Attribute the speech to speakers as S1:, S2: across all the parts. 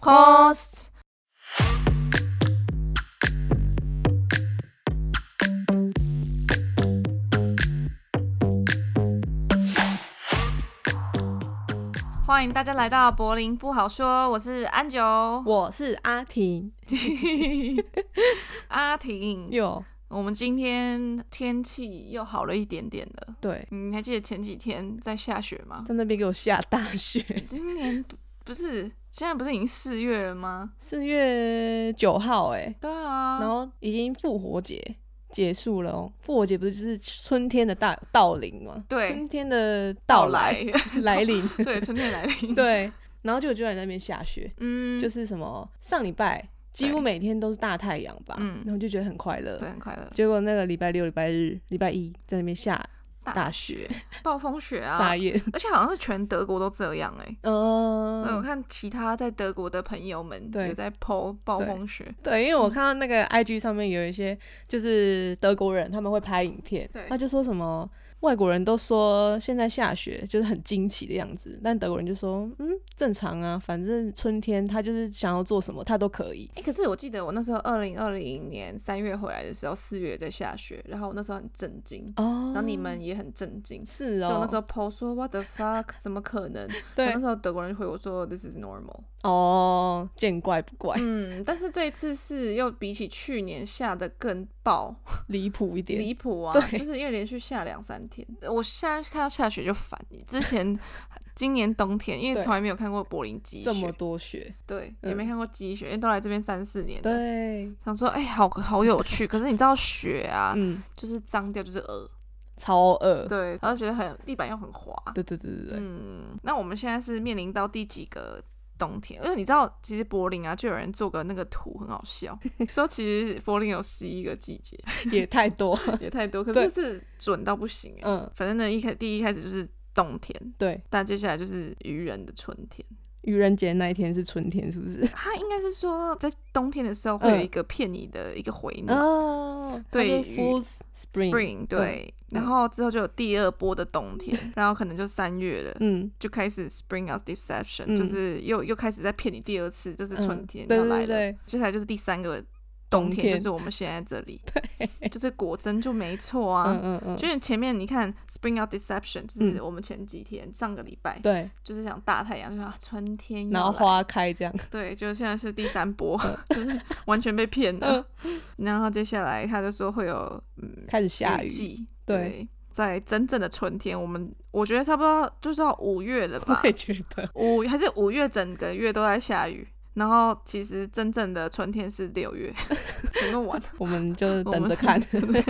S1: Prost！欢迎大家来到柏林不好说，我是安 九，
S2: 我是阿婷。
S1: 阿婷。
S2: 有
S1: 我们今天天气又好了一点点了，
S2: 对，
S1: 你还记得前几天在下雪吗？
S2: 在那边给我下大 雪。
S1: 今年不不是现在不是已经四月了吗？
S2: 四月九号、哎，
S1: 对啊，
S2: 然后已经复活节结束了哦。复活节不是就是春天的到到临吗？
S1: 对
S2: 春天的
S1: 到
S2: 到来 来临。
S1: 对，春天来临。，
S2: 对，然后就就在那边下雪，
S1: 嗯，
S2: 就是是什么上礼拜几乎
S1: 对
S2: 每天都是大太阳吧，
S1: 嗯
S2: 然后就觉得很快乐。
S1: 对，很快乐。
S2: 结果那个礼拜六、礼拜日、礼拜一在那边下
S1: 大
S2: 大雪，
S1: 暴风雪啊
S2: 傻，眼。
S1: 而且好像是全德国都这样哎、欸。
S2: 嗯、
S1: 嗯，我看其他在德国的朋友们
S2: 对
S1: 有在剖暴风雪，
S2: 对，因为我看到那个 IG 上面有一些就是德国人，他们会拍影片
S1: 对，
S2: 他就说什么外国人都说现在下雪就是很惊奇的样子，但德国人就说嗯正常啊，反正春天他就是想要做什么他都可以。
S1: 哎、可是我记得我那时候二零二零年三月回来的时候，四月在下雪，然后我那时候很震惊，
S2: 哦
S1: 然后你们也很震惊，
S2: 是
S1: 所以我
S2: 哦
S1: 那时，候 PO 说 What the fuck，怎么可能？然
S2: 对
S1: 后那时候德国人回我说 This is normal。
S2: 哦，见怪不怪，
S1: 嗯，但是这一次是又比起去年下的更爆，
S2: 离谱一点。
S1: 离谱啊！
S2: 对
S1: 就是因为连续下两三天，我现在看到下雪就烦。之 前今年冬天，因为
S2: 对
S1: 从来没有看过柏林积
S2: 这么
S1: 雪，
S2: 多雪，
S1: 对，
S2: 嗯
S1: 也没看过积雪，因为都来这边三四年了。
S2: 对，
S1: 想说，哎、好好有趣。可是你知道雪啊，
S2: 嗯，
S1: 就是脏掉，就是鹅，
S2: 超饿，
S1: 对，然后觉得很地板又很滑，
S2: 对对对对对，
S1: 嗯，那我们现在是面临到第几个冬天？因为你知道，其实柏林啊，就有人做个那个图，很好 笑，说其实柏林有十一个季 节，
S2: 也太多，
S1: 也太多，可
S2: 对
S1: 是是准到不行哎。
S2: 嗯，
S1: 反正呢，一开第一开始就是冬天，
S2: 对，
S1: 但接下来就是愚人的春天。
S2: 愚人节那一天是春天，是不是？
S1: 他应该是说，在冬天的时候会有
S2: 嗯
S1: 一个骗你的一个回暖。
S2: 哦，它
S1: 对
S2: 是
S1: 于
S2: Full Spring，, 嗯
S1: Spring 对，然后之后就有第二波的冬天，然后可能就三月了，
S2: 嗯，
S1: 就开始 Spring of Deception，、
S2: 嗯
S1: 就是又又开始在骗你第二次，就是春
S2: 嗯
S1: 天
S2: 对
S1: 要来了。
S2: 对对
S1: 接下来就是第三个冬
S2: 冬
S1: 天，
S2: 天
S1: 就是我们现在这 里，就是果真就没错啊。
S2: 嗯嗯嗯，
S1: 就是前面你看 Spring of Deception，就是
S2: 嗯
S1: 我们前几天、上个礼拜，
S2: 对，
S1: 就是想大太阳，就说、啊、春天
S2: 然
S1: 要
S2: 后
S1: 来
S2: 花嗯开这样，
S1: 对，就现在是第三波， 就是完全被骗了。
S2: 嗯
S1: 然后接下来他就说会有嗯
S2: 开始下
S1: 雨
S2: 雨，
S1: 季，
S2: 对
S1: 对，在真正的春天，我们我觉得差不多就是要五月了吧
S2: 我，也觉得，
S1: 五还是五月整个月都在下雨。然后其实真正的春天是六月， 怎么晚？
S2: 我们就
S1: 我们
S2: 等着看， 嗯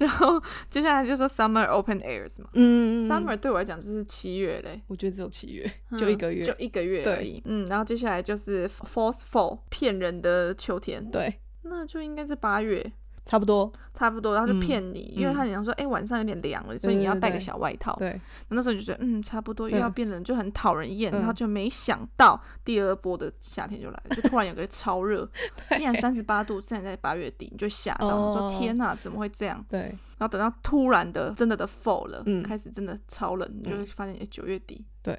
S1: 然后接下来就说 summer open airs 嘛、
S2: 嗯
S1: s u m m e r 对我来讲就是七月嘞，
S2: 我觉得只有七月，
S1: 嗯
S2: 就一个月
S1: 就一个月
S2: 对
S1: 而已。嗯，然后接下来就是 false fall 骗人的秋天，
S2: 对，
S1: 那就应该是八月
S2: 差不多，
S1: 差不多，然后就
S2: 嗯
S1: 骗你，因为他讲说，哎、晚上有点凉了，所以你要带个小外套。
S2: 对，
S1: 那时候就觉得，嗯，差不多
S2: 嗯
S1: 又要变冷，就很讨人厌。
S2: 嗯
S1: 然后就没想到第二波的夏天就来了，就突然 有个超热，竟然三十八度，现在在八月底，你就吓到，
S2: 哦
S1: 说天哪，怎么会这样？
S2: 对，
S1: 然后等到突然的真的的 fall 了，
S2: 嗯
S1: 开始真的超冷，你就会发现，哎、九月底，
S2: 对。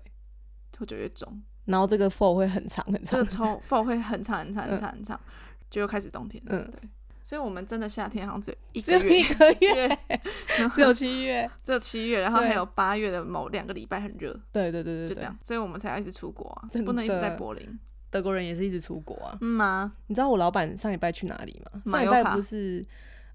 S1: 或九月中，
S2: 然后这个 fall 会很长很
S1: 这
S2: 长
S1: 个，超 fall 会很长很长很长很长，就又开始冬天。
S2: 嗯
S1: 对。所以我们真的夏天好像只有一
S2: 只
S1: 个
S2: 有
S1: 月
S2: 一，个月，
S1: 月，然后
S2: 只有七 月，
S1: 只有七月，然后
S2: 对
S1: 还有八月的某两个礼拜很热，
S2: 对对对
S1: 就
S2: 对
S1: 这
S2: 对
S1: 样，，所以我们才要一直出国啊
S2: 真，的
S1: 不能一直在柏林。
S2: 德国人也是一直出国啊，
S1: 嗯啊，
S2: 你知道我老板上礼拜去哪里吗？
S1: 马
S2: 上礼
S1: 尤
S2: 拜
S1: 卡
S2: 不是，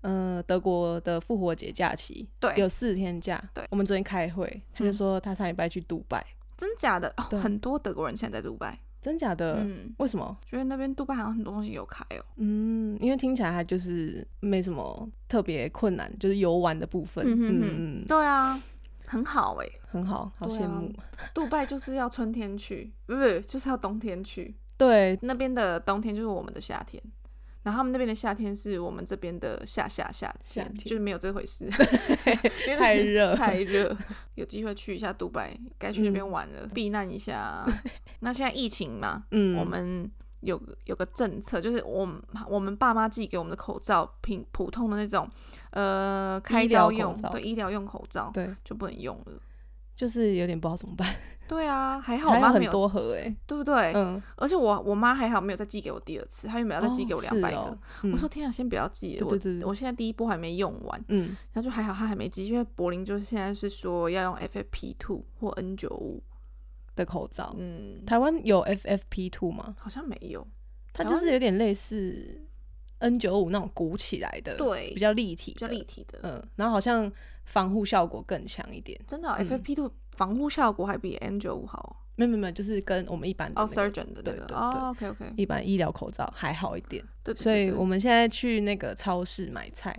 S2: 呃，德国的复活节假期，
S1: 对
S2: 有，四天假。
S1: 对
S2: 我们昨天开会，他就
S1: 嗯
S2: 说他上礼拜去杜拜，
S1: 真假的、哦
S2: 对
S1: 很多德国人现在在杜拜，
S2: 真假的？
S1: 嗯，
S2: 为什么？
S1: 觉得那边杜拜好像很多东西有开哦，
S2: 嗯，因为听起来他就是没什么特别困难，就是游玩的部分，
S1: 嗯哼
S2: 嗯
S1: 哼，对啊，很好哎、
S2: 很好，好
S1: 对
S2: 羡
S1: 啊
S2: 慕。
S1: 杜拜就是要春天去，不是就是要冬天去，
S2: 对
S1: 那边的冬天就是我们的夏天。然后他们那边的夏天是我们这边的下下夏天，
S2: 夏天
S1: 就是没有这回 事，因为
S2: 太热
S1: 太热，有机会去一下杜拜，该去那边玩了，避难一下 啊。那现在疫情嘛，
S2: 嗯，
S1: 我们有有个政策，就是我们我们爸妈寄给我们的口罩，平普通的那种，呃，开
S2: 医疗
S1: 刀用
S2: 口罩
S1: 对医疗用口罩
S2: 对
S1: 就不能用了。
S2: 就是有点不知道怎么办。
S1: 对啊，还好我
S2: 还有
S1: 妈
S2: 很
S1: 没有，
S2: 多盒哎、
S1: 对不对？
S2: 嗯，
S1: 而且我我妈还好没有再寄给我第二次，她原本要再寄给我
S2: 哦
S1: 两百
S2: 是
S1: 个，
S2: 哦嗯
S1: 我说天啊，先不要寄了，
S2: 对对对对
S1: 我我现在第一波还没用完，
S2: 嗯，
S1: 然后就还好她还没寄，因为柏林就是现在是说要用 FFP two 或 N 九五，
S2: 的口罩，
S1: 嗯，
S2: 台湾有 FFP two 吗？
S1: 好像没有，
S2: 它
S1: 台
S2: 就
S1: 湾
S2: 是有点类似 N 九五那种鼓起来的，
S1: 对
S2: 比较立体，
S1: 比较立，体的，
S2: 嗯，然后好像防护效果更强一点。
S1: 真的哦、
S2: 嗯
S1: FFP two 防护效果还比 N 九五好
S2: 没有没有没有，就是跟我们一般的、
S1: 哦、
S2: 那
S1: s u r
S2: 个
S1: g e o n 的
S2: 对
S1: 那个
S2: 对
S1: 哦，OK OK，
S2: 一般医疗口罩还好一点。
S1: 对对对
S2: 所以
S1: 对
S2: 我们现在去那个超市买 菜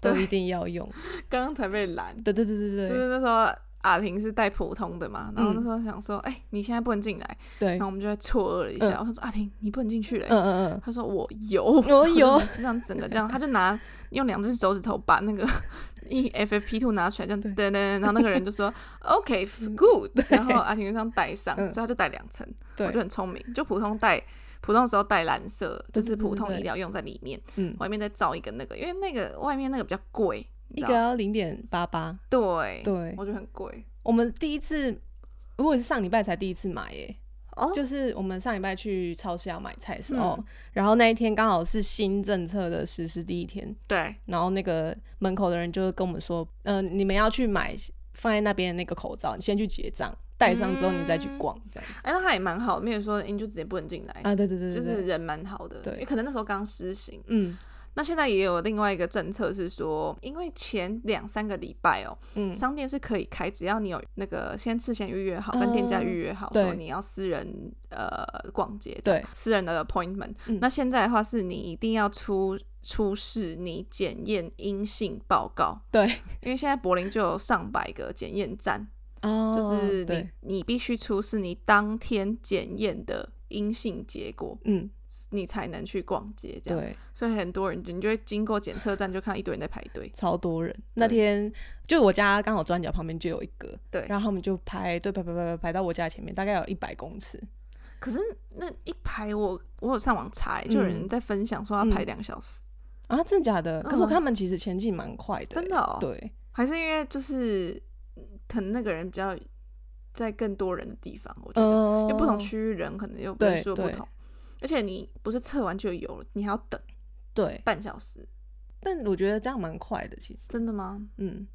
S2: 都
S1: 对
S2: 一定要用。
S1: 刚刚才被拦，
S2: 对对对对
S1: 就
S2: 对
S1: 是那时候阿婷是带普通的嘛，然后
S2: 嗯
S1: 那时候想说，哎、你现在不能进来，
S2: 对，
S1: 然后
S2: 嗯
S1: 我们就在错愕了一下，
S2: 嗯
S1: 我想说阿婷你不能进去嘞、
S2: 嗯嗯，
S1: 他说我有，我
S2: 有
S1: 就这样整个这样，他就拿用两只手指头把那个一 FFP two 拿出来，这样
S2: 对
S1: 噔噔，然后那个人就 说 OK f- good，然后阿婷就这样戴上，
S2: 嗯
S1: 所以他就戴两层，
S2: 对
S1: 我就很聪明，就普通戴。普通的时候戴蓝色，就
S2: 对
S1: 是
S2: 对对
S1: 普通
S2: 对
S1: 医疗用在里面，
S2: 嗯
S1: 外面再罩一个那个，因为那个外面那个比较贵，你
S2: 一
S1: 知
S2: 个
S1: 道
S2: 要零点八八。
S1: 对，
S2: 对，
S1: 我觉得很贵
S2: 我们第一次，我也是上礼拜才第一次买耶、
S1: 哦
S2: 就是我们上礼拜去超市要买菜的时候，
S1: 嗯
S2: 然后那一天刚好是新政策的实施第一天，
S1: 对，哎
S2: 然后那个门口的人就跟我们说，嗯、你们要去买放在那边的那个口罩，你先去结账，戴上之后你再去逛，这样子。
S1: 哎，那他也蛮好，没有说诶你就直接不能进来，
S2: 啊，对对对对，
S1: 就是
S2: 对
S1: 人蛮好的，
S2: 对
S1: 因为可能那时候刚施行。
S2: 嗯
S1: 那现在也有另外一个政策是说，因为前两三个礼拜哦，
S2: 嗯，
S1: 商店是可以开，只要你有那个先事先预约好，
S2: 嗯
S1: 跟店家预约好，
S2: 对
S1: 说你要私人呃逛街，
S2: 对，
S1: 私人的 appointment、
S2: 嗯
S1: 那现在的话是你一定要出出示你检验阴性报告，
S2: 对，
S1: 因为现在柏林就有上百个检验站，
S2: 哦，
S1: 就是你
S2: 对，
S1: 你必须出示你当天检验的阴性结果，
S2: 嗯，
S1: 你才能去逛街这样。
S2: 对，
S1: 所以很多人就你就会经过检测站，就看到一堆人在排队。
S2: 超多人。那天就我家刚好转角旁边就有一个，
S1: 对
S2: 然后他们就排队排排排排排到我家前面，大概有一百公尺。
S1: 可是那一排我我有上网查、欸就有
S2: 嗯
S1: 人在分享说要排两个小时，
S2: 啊，真的假的？可是我
S1: 嗯
S2: 看他们其实前进蛮快的、
S1: 真的哦。
S2: 对，
S1: 还是因为就是嗯可能那个人比较在更多人的地方，我觉得，
S2: 嗯，
S1: 因为不同区域人可能又
S2: 对
S1: 人数又不
S2: 对
S1: 同。而且你不是测完就有了，你还要等
S2: 对，
S1: 半小时，
S2: 但我觉得这样蛮快的，其实，
S1: 真的吗？
S2: 嗯，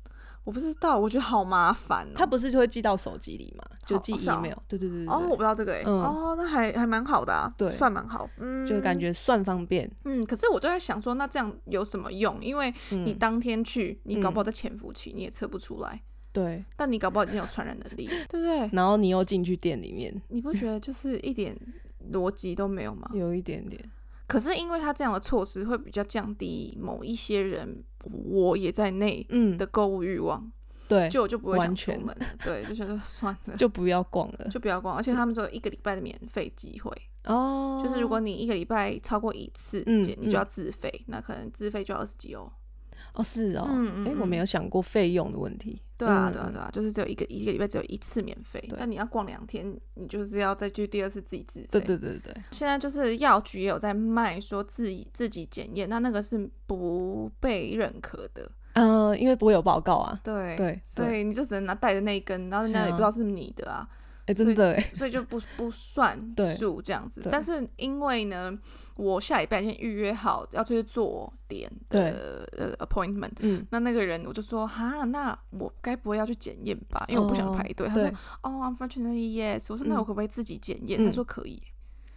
S1: 我不知道，我觉得好麻烦、哦。
S2: 他不是就会寄到手机里嘛，就
S1: 好
S2: 寄
S1: 哦是哦
S2: email，、对对对对
S1: 哦，我不知
S2: 对，
S1: 道这个哎、
S2: 嗯
S1: 哦，那还还蛮好的啊，
S2: 对
S1: 算蛮好，嗯，
S2: 就感觉算方便，
S1: 嗯，可是我就在想说，那这样有什么用？因为
S2: 嗯，
S1: 你当天去，你搞不好在潜伏期，你也测不出来，
S2: 对，
S1: 但你搞不好已经有传染 能力了，对不对？
S2: 然后你又进去店里面，
S1: 你不觉得就是一点逻辑都没有吗？
S2: 有一点点，
S1: 可是因为他这样的措施会比较降低某一些人，我也在内
S2: 嗯，
S1: 的购物欲望，
S2: 对，
S1: 就我就不会想
S2: 完
S1: 出
S2: 全
S1: 门了， 对，就觉 得算了，
S2: 就不要逛了，
S1: 就不要逛。而且他们说一个礼拜的免费机会，
S2: 哦，
S1: 就是如果你一个礼拜超过一次
S2: 嗯
S1: 检，你就要自费，那可能自费就要二十几欧。
S2: 哦是哦，哎、
S1: 嗯嗯
S2: 我没有想过费用的问题，
S1: 对啊，
S2: 嗯
S1: 对啊，对啊，就是只有一个一个礼拜只有一次免费，
S2: 对
S1: 但你要逛两天，你就是要再去第二次自己自费。
S2: 对对对对对，
S1: 现在就是药局也有在卖说自己自己检验，那那个是不被认可的。
S2: 嗯、因为不会有报告啊，
S1: 对
S2: 对
S1: 所以你就只能拿带着那一根，然后人家
S2: 对啊
S1: 也不知道是你的 啊，
S2: 哎、真的哎，
S1: 所以就不不算
S2: 对
S1: 数这样子
S2: 对。
S1: 但是因为呢，我下礼拜已经预约好要去做点的呃 appointment，
S2: 嗯，
S1: 那那个人我就说哈，那我该不会要去检验吧？因为我不想排队。他说
S2: 对
S1: 哦，unfortunately yes。我说那
S2: 嗯
S1: 我可不可以自己检验？
S2: 嗯
S1: 他说可以。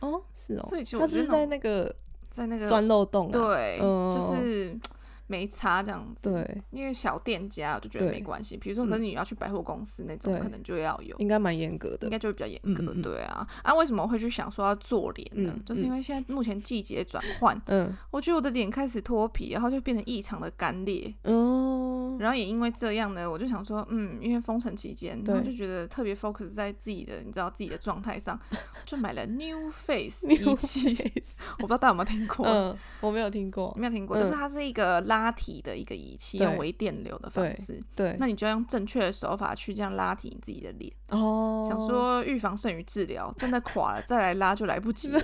S2: 哦是哦，
S1: 所以其实
S2: 他
S1: 我觉
S2: 是
S1: 得那
S2: 在
S1: 种
S2: 那个
S1: 在那个
S2: 钻漏洞、啊，
S1: 对，
S2: 嗯
S1: 就是没差这样子。
S2: 对，
S1: 因为小店家我就觉得
S2: 对嗯
S1: 没关系，比如说可能你要去百货公司那种，
S2: 对
S1: 可能就要有。
S2: 应该蛮严格
S1: 应
S2: 的，
S1: 该就会比较严
S2: 嗯
S1: 格，
S2: 嗯嗯
S1: 对啊，啊，为什么我会去想说要做脸呢？
S2: 嗯
S1: 就是因为现在目前季节转换，
S2: 嗯，
S1: 我觉得我的脸开始脱皮，然后就变得异常的干裂，
S2: 哦，
S1: 然后也因为这样呢，我就想说，嗯，因为封城期间，
S2: 对
S1: 然后就觉得特别 focus 在自己的，你知道自己的状态 上，就买了 New Face 仪器， 我不知道大家有没有听过，
S2: 嗯，我没有听过
S1: 有，没有听过，
S2: 嗯
S1: 就是它是一个拉提的一个仪器，
S2: 对
S1: 用微电流的方式，
S2: 对，
S1: 那你就要用正确的手法去这样拉提你自己的脸，
S2: 哦，
S1: 想说预防胜于治疗，真的垮了再来拉就来不及 了，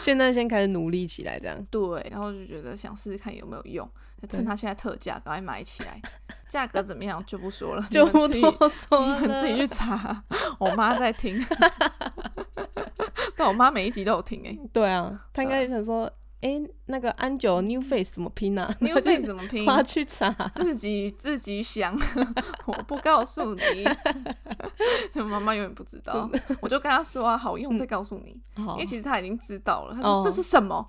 S2: 现在先开始努力起来，这样，
S1: 对，然后就觉得想试试看有没有用，趁
S2: 对
S1: 它现在特价赶快买起来，价格怎么样就不说了，
S2: 就
S1: 你们
S2: 不
S1: 自己
S2: 多说了，
S1: 你们自己去查。我妈在听， 但我妈每一集都有听哎、
S2: 对啊，他应该想说，哎、那个安久 New Face 怎么拼啊
S1: New Face 怎么嗯拼？
S2: 他 去查，
S1: 自己自己想， 我不告诉你。 妈妈永远不知道，我就跟她说啊，好用再告诉你，因
S2: 好
S1: 为，其实她已经知道了。她
S2: 嗯哦
S1: 说这是什么？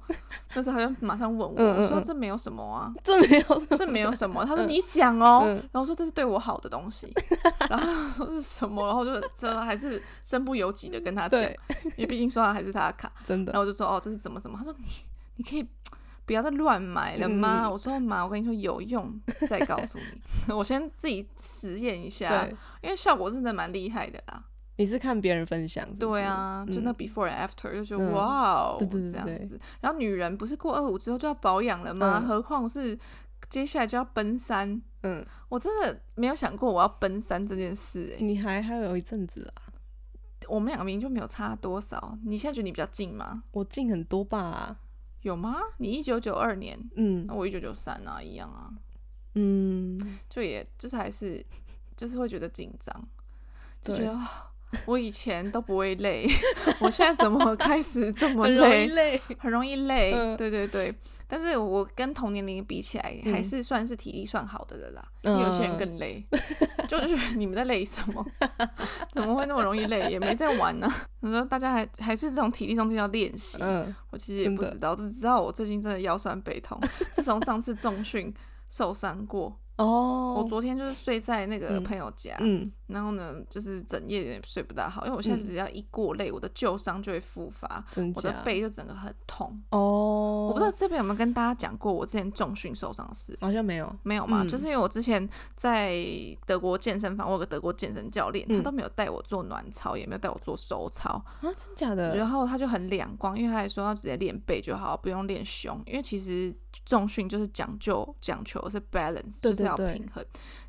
S1: 那时候她就马上问我，
S2: 嗯嗯
S1: 我说
S2: 嗯
S1: 这没有什么啊，
S2: 这没有什么，
S1: 这没有 什么。她说你讲哦，
S2: 嗯
S1: 然后我说这是对我好的东 西，然后她说是什么？然后我就这还是身不由己的跟她讲，
S2: 对，
S1: 因为毕竟说她还是她的卡。
S2: 真的
S1: 然，后我就说哦，这是怎么怎么？他说你你可以不要再乱买了吗？
S2: 嗯
S1: 我说妈，我跟你说有用，再告诉 你。我先自己实验一下，
S2: 对，
S1: 因为效果真的蛮厉害的啦。
S2: 你是看别人分享是不是，
S1: 对啊，就那
S2: 嗯
S1: before and after 就觉得、
S2: 嗯
S1: 哇哦，
S2: 对对对
S1: 这
S2: 对
S1: 样子。然后女人不是过二五之后就要保养了吗？
S2: 嗯
S1: 何况是接下来就要奔三。
S2: 嗯，
S1: 我真的没有想过我要奔三这件事、欸，
S2: 你还还有一阵子啦，
S1: 我们两个明明就没有差多少。你现在觉得你比较近吗？
S2: 我进很多吧、
S1: 有吗？你一九九二年，
S2: 嗯
S1: 那我一九九三啊，一样啊。
S2: 嗯，
S1: 就也就是还是就是会觉得紧张，就
S2: 对
S1: 觉得啊我以前都不会累， 我现在怎 么开始这么
S2: 很容易
S1: 累？
S2: 累，
S1: 很容易累，
S2: 嗯
S1: 对对对。但是我跟同年龄比起来，
S2: 嗯
S1: 还是算是体力算好的了啦。因
S2: 嗯
S1: 为有些人更累，就就觉得你们在累什么？ 怎么会那么容易累？也没在玩呢、我说大家还还是这种体力中间要练习。
S2: 嗯，
S1: 我其实也不
S2: 真的
S1: 知道，只知道我最近真的腰酸背痛， 自从上次重训受伤过，
S2: 哦，
S1: 我昨天就是睡在那个
S2: 嗯
S1: 朋友家，
S2: 嗯
S1: 然后呢，就是整夜也睡不大好，因为我现在
S2: 嗯
S1: 只要一过累，我的旧伤就会复发，
S2: 真
S1: 我
S2: 假
S1: 的背就整个很痛。
S2: 哦，
S1: 我不知道这边有没有跟大家讲过我之前重训受伤的事。
S2: 好像没有，
S1: 没有嘛？
S2: 嗯
S1: 就是因为我之前在德国健身房，我有个德国健身教练，
S2: 嗯
S1: 他都没有带我做暖操，也没有带我做手操，
S2: 啊，真假的？
S1: 然后他就很两光，因为他还说要直接练背就好，不用练胸，因为其实重训就是讲究讲求的是 balance，
S2: 对
S1: 就是要
S2: 对对
S1: 平衡。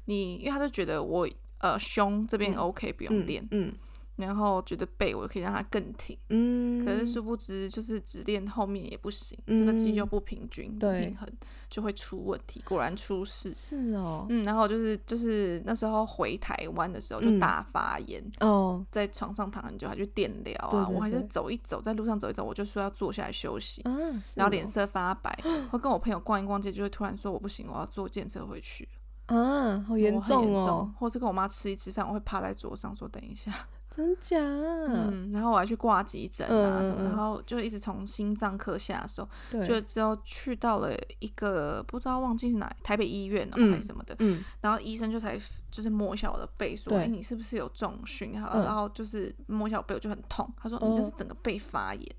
S1: 你因为他就觉得我呃胸这边
S2: 嗯
S1: OK 不用
S2: 嗯
S1: 练，
S2: 嗯
S1: 然后觉得背我可以让它更挺，
S2: 嗯，
S1: 可是殊不知就是只练后面也不行，这个肌肉
S2: 嗯
S1: 不平均不
S2: 对
S1: 平衡就会出问题，果然出事。
S2: 是哦，
S1: 嗯，然后就是就是那时候回台湾的时候就
S2: 嗯
S1: 大发炎，
S2: 哦，
S1: 在床上躺很久，还去电疗啊，
S2: 对对
S1: 我还是
S2: 对
S1: 走一走，在路上走一走，我就说要坐下来休息，
S2: 啊，
S1: 然后
S2: 是
S1: 脸
S2: 哦
S1: 色发白， 会跟我朋友逛一逛街，就会突然说我不行，我要坐电车回去，
S2: 啊，好
S1: 我
S2: 严
S1: 很
S2: 重
S1: 严
S2: 哦，
S1: 或是跟我妈吃一吃饭，我会趴在桌上说等一下，
S2: 真假？啊
S1: 嗯，然后我还去挂急诊啊什么，
S2: 嗯嗯嗯
S1: 然后就一直从心脏科下手，
S2: 对，
S1: 就之后去到了一个不知道忘记是哪台北医院哦、
S2: 嗯
S1: 还是什么的，
S2: 嗯
S1: 然后医生就才就是摸一下我的背，说：“哎、
S2: 对
S1: 你是不是有重训？”然后、
S2: 嗯
S1: 然后就是摸一下我背，我就很痛。他说：“你这
S2: 哦
S1: 是整个背发炎。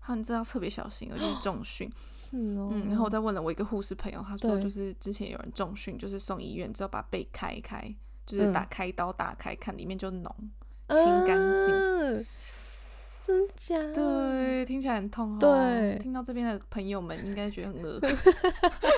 S1: 他说：“你这要特别小心，尤其是重训。
S2: 是哦，
S1: 嗯，然后我再问了我一个护士朋友，他说
S2: 对
S1: 就是之前有人重训，就是送医院之后把背开一开，就是
S2: 嗯
S1: 打开刀打开，看里面就脓，清干净。
S2: 嗯真假？啊
S1: 对，听起来很痛哦。
S2: 对
S1: 听到这边的朋友们应该觉得很 恶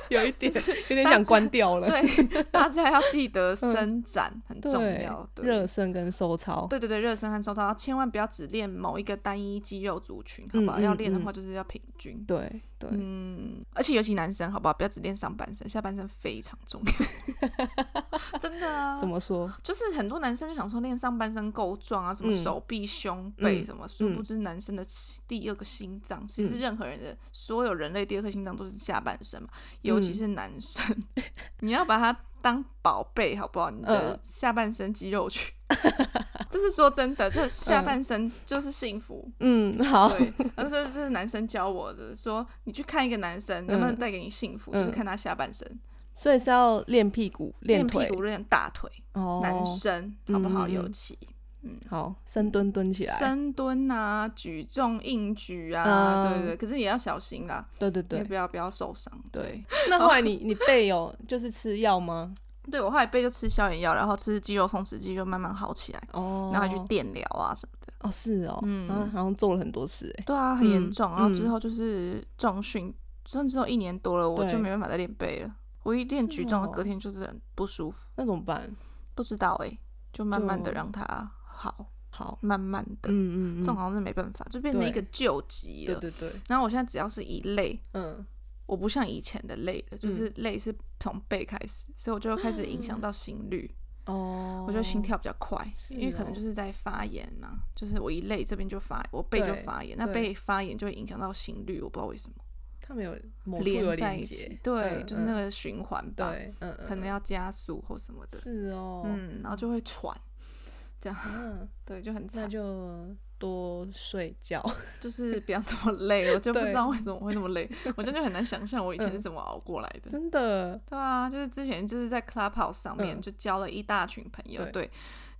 S2: 有一点有点
S1: 大
S2: 想
S1: 家
S2: 关掉了，
S1: 对，大家要记得伸展、很重
S2: 对
S1: 要。对，
S2: 热身跟收操，
S1: 对对对，热身和收操，千万不要只练某一个单一肌肉族群，好不好？
S2: 嗯嗯
S1: 要练的话
S2: 嗯
S1: 就是要平均。
S2: 对对，
S1: 嗯，而且尤其男生，好不好？不要只练上半身，下半身非常重要。 真的啊
S2: 怎，么说？
S1: 就是很多男生就想说练上半身够壮啊，什么
S2: 嗯
S1: 手臂、胸背
S2: 嗯
S1: 什么，殊不
S2: 嗯
S1: 知男生的第二个心脏，其实
S2: 嗯
S1: 任何人的所有人类第二颗心脏都是下半身嘛，尤其
S2: 嗯
S1: 是男生， 你要把它当宝贝，好不好？你的
S2: 嗯
S1: 下半身肌肉群， 这是说真的，就是下半身就是幸福。
S2: 嗯，好，
S1: 对，但是是男生教我的，说你去看一个男生能不能
S2: 嗯
S1: 带给你幸福，
S2: 嗯
S1: 就是看他下半身，
S2: 所以是要练屁股、
S1: 练
S2: 腿
S1: 屁股、练大腿，
S2: 哦，
S1: 男生好不好？
S2: 嗯嗯嗯
S1: 尤其。嗯，
S2: 好，深蹲蹲起来，
S1: 深蹲啊，举重硬举啊，
S2: 嗯
S1: 对对对，可是也要小心啦，
S2: 对对
S1: 也哦
S2: 对
S1: 不要不要受伤。
S2: 对。那后来你你背有就是吃药吗？
S1: 对，对我后来背就吃消炎药，然后吃肌肉松弛剂就慢慢好起来，
S2: 哦，
S1: 然后还去电疗啊什么的。
S2: 哦，是哦，
S1: 嗯
S2: 嗯，好像做了很多事哎，
S1: 对啊，很严
S2: 嗯
S1: 重。然后之
S2: 嗯
S1: 后就是重训，甚至有一年多了，我就
S2: 对
S1: 没办法再练背了。我一练
S2: 是
S1: 举重，
S2: 哦
S1: 隔天就是很不舒服，
S2: 那怎么办？
S1: 不知道哎、就慢慢的
S2: 就
S1: 让它好，
S2: 好，
S1: 慢慢的，
S2: 嗯嗯嗯，
S1: 这种好像是没办法，就变成一个
S2: 对
S1: 旧疾
S2: 对
S1: 了。
S2: 对对，
S1: 然后我现在只要是一累，
S2: 嗯，
S1: 我不像以前的累了，就是累是从背开始，所以我就开始影响到心率，
S2: 哦
S1: 我觉得心跳比较快，
S2: 是
S1: 因为可能
S2: 哦
S1: 就是在发炎嘛，就是我一累这边就发，我背就
S2: 对
S1: 发炎，那
S2: 对
S1: 背发炎就会影响到心率，我不知道为什么
S2: 他们有某处有
S1: 连在
S2: 连
S1: 一
S2: 接
S1: 起，，对，
S2: 嗯
S1: 就是那
S2: 嗯
S1: 个循环吧，
S2: 对，嗯，嗯
S1: 可能
S2: 嗯
S1: 要加速或什么的，
S2: 是哦，
S1: 嗯，然后就会喘，
S2: 嗯，
S1: 对，就很
S2: 那
S1: 惨，
S2: 就多睡觉，
S1: 就是不要这么累，我就不
S2: 对
S1: 知道为什么我会那么累，我真的很难想象我以前是
S2: 嗯
S1: 怎么熬过来的。
S2: 真的，
S1: 对啊，就是之前就是在 Clubhouse 上面
S2: 嗯
S1: 就交了一大群朋友，
S2: 对
S1: 对，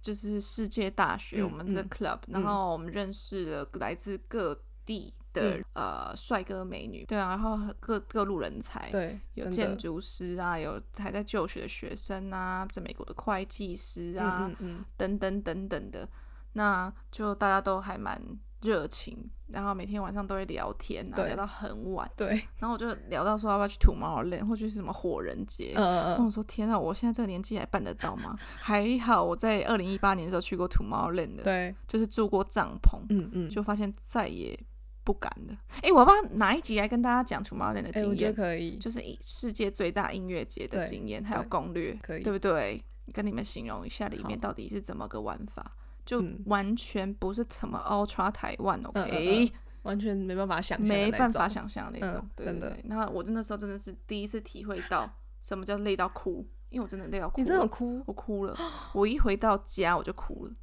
S1: 就是世界大学、
S2: 嗯
S1: 我们这
S2: 嗯
S1: club，、
S2: 嗯
S1: 然后我们认识了来自各地的、
S2: 嗯
S1: 呃帅哥美女，对啊，然后各各路人才，
S2: 对，
S1: 有
S2: 真的
S1: 建筑师啊，有还在就学的学生啊，在美国的会计师啊，
S2: 嗯嗯
S1: 等等等等的，那就大家都还蛮热情，然后每天晚上都会聊天啊，
S2: 对
S1: 聊到很晚，
S2: 嗯，对，
S1: 然后我就聊到说要不要去土毛人或去什么火人节。
S2: 嗯
S1: 然
S2: 嗯
S1: 后
S2: 嗯，
S1: 我说天啊，我现在这个年纪还办得到吗？ 还好我在二零一八年的时候去过土猫 land 的，
S2: 对，
S1: 就是住过帐篷，
S2: 嗯嗯，
S1: 就发现再也不敢了。哎，我要不要哪一集来跟大家讲土猫 land 的
S2: 哎，我
S1: 经
S2: 觉得
S1: 验？
S2: 可以，
S1: 就是以世界最大音乐节的
S2: 对
S1: 经验，还有
S2: 对
S1: 攻略，
S2: 可以
S1: 对不对？跟你们形容一下里面
S2: 好
S1: 到底是怎么个玩法，就
S2: 嗯
S1: 完全不是什么 Ultra 台湾
S2: 嗯
S1: ，OK，、
S2: 完全没办法想象的那
S1: 没
S2: 种，
S1: 办法想象那种，
S2: 嗯
S1: 对
S2: 真
S1: 对
S2: 的
S1: 对。然后我那时候真的是第一次体会到什么叫累到哭，因为我真的累到哭
S2: 你
S1: 了，
S2: 真的有哭啊
S1: 我哭了，我一回到家我就哭了。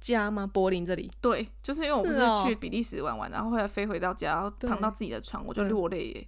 S2: 家吗？柏林这里，
S1: 对，就是因为我不
S2: 是
S1: 是
S2: 哦
S1: 去比利时玩完，然后后来飞回到家，然后躺到
S2: 对
S1: 自己的床，我就
S2: 嗯
S1: 落泪耶。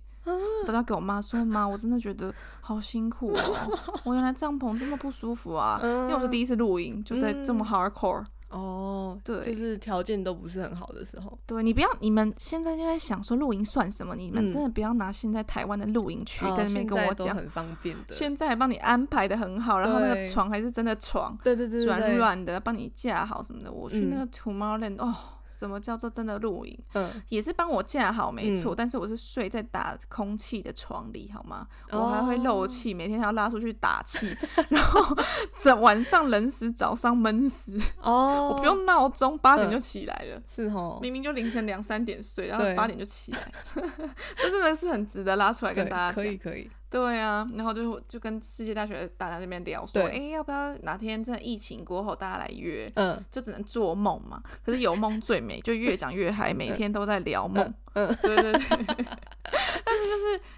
S1: 等到给我妈说，妈，我真的觉得好辛苦哦， 我原来帐篷这么不舒服啊，
S2: 嗯
S1: 因为我是第一次露营，就在这么 hardcore。
S2: 哦，
S1: 对
S2: 嗯就是条件都不是很好的时候，
S1: 对你不要，你们现在就在想说露营算什么？你们
S2: 嗯
S1: 真的不要拿现在台湾的露营区
S2: 哦
S1: 啊在那边
S2: 现
S1: 跟我
S2: 在都
S1: 讲，
S2: 很方便的，
S1: 现在还帮你安排的很好，然后那个
S2: 对
S1: 床还是真的床，
S2: 对对对对，
S1: 软
S2: 对，
S1: 软的，帮你架好什么的。我去
S2: 嗯
S1: 那个 Tomorrowland，哦，什么叫做真的露营？
S2: 嗯，
S1: 也是帮我架好，没错，
S2: 嗯
S1: 但是我是睡在打空气的床里，好吗？
S2: 哦
S1: 我还会漏气，每天还要拉出去打气， 然后整晚上冷死，早上闷死，
S2: 哦，
S1: 我不用闹钟，八点
S2: 嗯
S1: 就起来了。
S2: 是哦，
S1: 明明就凌晨两三点睡，然后
S2: 对
S1: 八点就起来， 这真的是很值得拉出来跟
S2: 对
S1: 大家
S2: 可以
S1: 讲。
S2: 可以，
S1: 对啊，然后就就跟世界大学的大家那边聊说，
S2: 对
S1: 哎，要不要哪天真的疫情过后大家来约？
S2: 嗯，
S1: 就只能做梦嘛。可是有梦最美，就越讲越嗨，每天都在聊梦。
S2: 嗯
S1: 对对对。但 是就是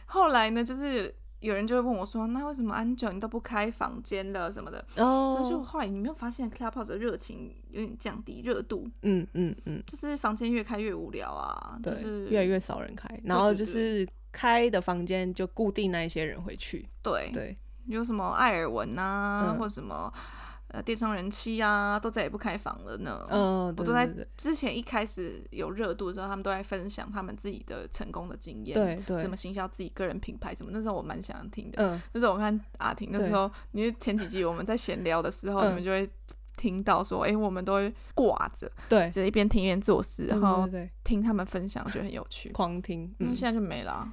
S1: 后来呢，就是有人就会问我说：“那为什么安久你都不开房间了什么的？”
S2: 哦
S1: 但是我后来你没有发现 Clubhouse 的热情有点降低，热度
S2: 嗯嗯嗯，
S1: 就是房间越开越无聊啊，就
S2: 对，
S1: 是
S2: 越来越少人开，然后
S1: 对对
S2: 就是开的房间就固定那一些人回去，
S1: 对
S2: 对，
S1: 有什么艾尔文啊，
S2: 嗯
S1: 或什么呃电商人妻啊，都再也不开房了呢。
S2: 嗯，
S1: 哦我
S2: 对
S1: 都在
S2: 对
S1: 之前一开始有热度的时候，他们都在分享他们自己的成功的经验，
S2: 对对
S1: 怎么行销自己个人品牌什么。那时候我蛮想听的。
S2: 嗯，
S1: 那时候我看阿婷，那
S2: 对
S1: 时候因为前几集我们在闲聊的时候，
S2: 嗯
S1: 你们就会听到说，哎、我们都会挂着，
S2: 对，
S1: 只是一边听一边做事，然后
S2: 嗯对对对
S1: 听他们分享，我觉得很有趣
S2: 对。狂听，
S1: 那、
S2: 嗯，
S1: 现在就没了啊、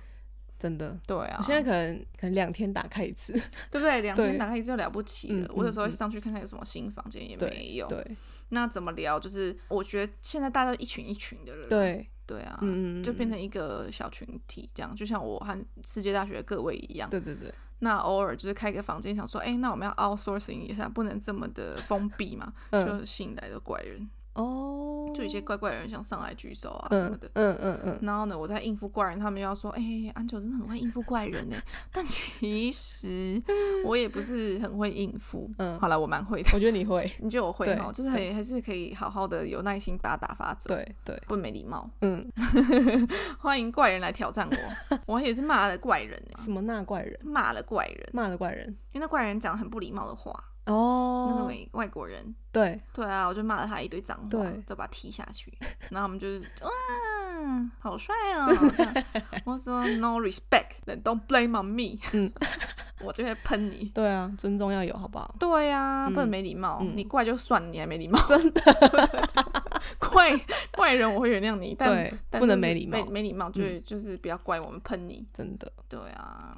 S2: 真的，
S1: 对啊，
S2: 我现在可能可能两天打开一次，
S1: 对不对？两
S2: 对
S1: 天打开一次就了不起了。
S2: 嗯
S1: 我有时候
S2: 嗯
S1: 会
S2: 嗯
S1: 上去看看有什么新房间，也没
S2: 对
S1: 有。
S2: 对
S1: 那怎么聊？就是我觉得现在大家都一群一群的了啦。
S2: 对，
S1: 对啊，
S2: 嗯，
S1: 就变
S2: 嗯
S1: 成一个小群体，这样就像我和世界大学的各位一样。
S2: 对对对，
S1: 那偶尔就是开个房间，想说，哎、那我们要 outsourcing 一下，不能这么的封闭嘛，
S2: 嗯，
S1: 就吸引来的怪人，
S2: 哦，
S1: 就有一些怪怪的人想上来举手啊什么
S2: 嗯
S1: 的。
S2: 嗯嗯嗯，
S1: 然后呢，我在应付怪人，他们又要说，哎、安九真的很会应付怪人呢。 但其实我也不是很会应付。
S2: 嗯
S1: 好了，我蛮会的。
S2: 我觉得你会，
S1: 你觉得我会
S2: 对
S1: 哈？就是还还是可以好好的有耐心把他打发走，
S2: 对对，
S1: 不没礼貌。
S2: 嗯，
S1: 欢迎怪人来挑战 我，我还以为是骂了怪人呢、
S2: 什么那怪人，
S1: 骂了怪人，
S2: 骂了怪人，
S1: 因为那怪人讲很不礼貌的话，那个
S2: 哦，
S1: 美外国人，
S2: 对，
S1: 对啊，我就骂了他一堆脏话
S2: 对，
S1: 就把他踢下 去，然后我们就是哇，好帅哦，这样，我说 no respect，then don't blame on me，
S2: 嗯
S1: 我就会喷你。
S2: 对啊，尊重要有，好不好？
S1: 对呀、不能
S2: 嗯
S1: 没礼貌。
S2: 嗯
S1: 你怪就算，你还没礼貌，真的。 怪怪人我会原谅你，但
S2: 对，
S1: 但
S2: 不能
S1: 就是
S2: 没礼貌
S1: 嗯没，没礼貌就、就是不要怪我们喷你。
S2: 真的，
S1: 对啊，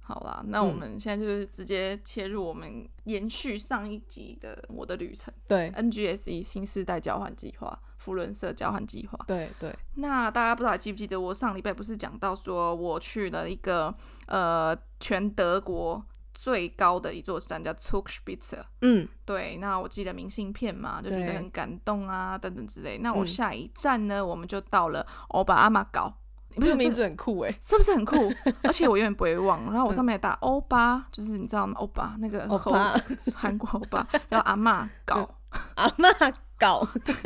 S1: 好啦，那我们现在就是直接切入我们延续上一集的我的旅程
S2: 对
S1: NGSE E 新世代交换计划，福伦社交换计划。
S2: 对对，
S1: 那大家不知道还记不记得，我上礼拜不是讲到说我去了一个呃全德国最高的一座山叫 Zugspitze。
S2: 嗯，
S1: 对，那我寄了明信片嘛，就觉得
S2: 对
S1: 很感动啊，等等之类。那我
S2: 嗯
S1: 下一站呢，我们就到了欧巴阿玛高，你不
S2: 这
S1: 觉得
S2: 个名
S1: 这
S2: 字很酷哎，
S1: 是不是很酷？而且我永远不会忘。然后我上面还打欧巴，就是你知道吗？欧巴那个
S2: 嗯欧
S1: 猴
S2: 巴嗯
S1: 韩国欧巴，然后阿嬷搞，
S2: 阿嬷搞，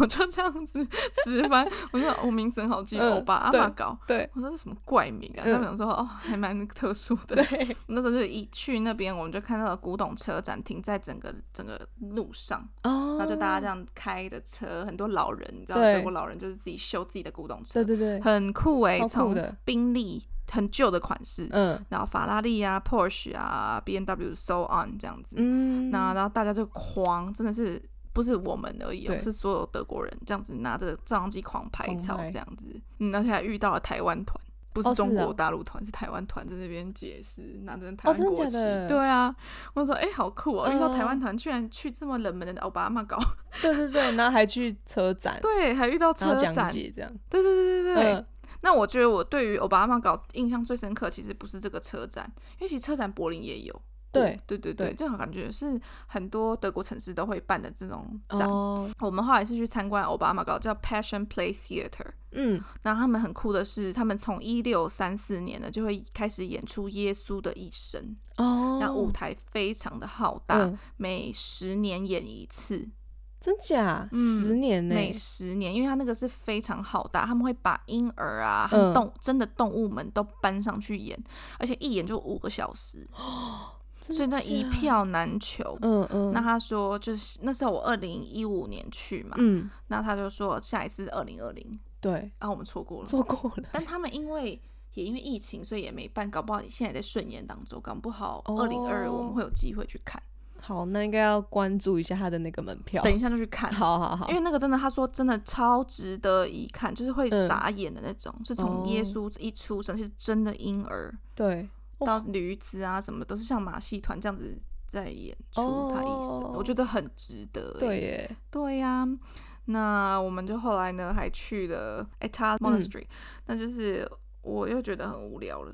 S1: 我就这样子直翻。我说我名字很好记，
S2: 嗯
S1: 欧巴阿
S2: 对
S1: 嬷搞。
S2: 对
S1: 我说这什么怪名啊？
S2: 嗯
S1: 他想说哦，还蛮特殊的。
S2: 对，
S1: 那时候就一去那边，我们就看到了古董车展停在整个整个路上，
S2: 哦
S1: 然后就大家这样开着车，很多老人，你知道
S2: 对
S1: 德国老人就是自己修自己的古董车
S2: 对，对对，
S1: 很酷哎、
S2: 超酷
S1: 从
S2: 的
S1: 宾利很旧的款式，
S2: 嗯
S1: 然后法拉利啊、Porsche 啊、B N W so on 这样子，
S2: 嗯，
S1: 那然后大家就狂，真的是不是我们而已哦，
S2: 对
S1: 是所有德国人这样子拿着照相机狂拍
S2: 狂
S1: 照
S2: 拍
S1: 这样子，嗯，而且还遇到了台湾团，不
S2: 哦
S1: 是
S2: 是
S1: 中
S2: 啊
S1: 国大陆团，是台湾团在那边解释，拿着台湾
S2: 真的
S1: 国
S2: 假
S1: 旗，
S2: 的
S1: 对啊，我说哎、好酷哦，遇到台湾
S2: 嗯
S1: 团居然去这么冷门的奥巴马搞，
S2: 对对对，然后还去车展，
S1: 对，还遇到
S2: 然
S1: 车
S2: 后讲
S1: 展，
S2: 解这样，
S1: 对对对对对。
S2: 嗯
S1: 那我觉得我对于奥巴马搞印象最深刻，其实不是这个车展，因为其实车展柏林也有。哦
S2: 对
S1: 对对对，
S2: 对
S1: 这种感觉是很多德国城市都会办的这种展。
S2: 哦，
S1: 我们后来是去参观奥巴马搞叫 Passion Play Theater，
S2: 嗯，
S1: 那他们很酷的是，他们从一六三四年呢就会开始演出耶稣的一生，
S2: 哦，
S1: 那舞台非常的浩大，
S2: 嗯，
S1: 每十年演一次，
S2: 真假？
S1: 嗯
S2: 十年呢？
S1: 每十年，因为他那个是非常浩大，他们会把婴儿啊和
S2: 嗯
S1: 动、真的动物们都搬上去演，而且一演就五个小时，
S2: 真
S1: 所以那一
S2: 假，
S1: 票难求。
S2: 嗯嗯，
S1: 那他说，就是那时候我二零一五年去嘛，
S2: 嗯，
S1: 那他就说下一次二零二零，
S2: 对，
S1: 啊，我们错过了。
S2: 做过了，
S1: 但他们因为也因为疫情，所以也没办，搞不好现在也在顺延当中，搞不好
S2: 哦
S1: 二零二我们会有机会去看，
S2: 好，那应该要关注一下他的那个门票。
S1: 等一下就去看。
S2: 好好好
S1: 因，为那个真的，他说真的超值得一看，就是会
S2: 嗯
S1: 傻眼的那种，是
S2: 哦
S1: 从耶稣一出生是真的婴儿
S2: 对，哇
S1: 到驴子啊什么，都是像马戏团这样子在演出
S2: 哦
S1: 他一生，我觉得很值得。
S2: 对，耶，
S1: 对呀、那我们就后来呢，还去了 e t a Monastery，、那就是我又觉得很无聊了，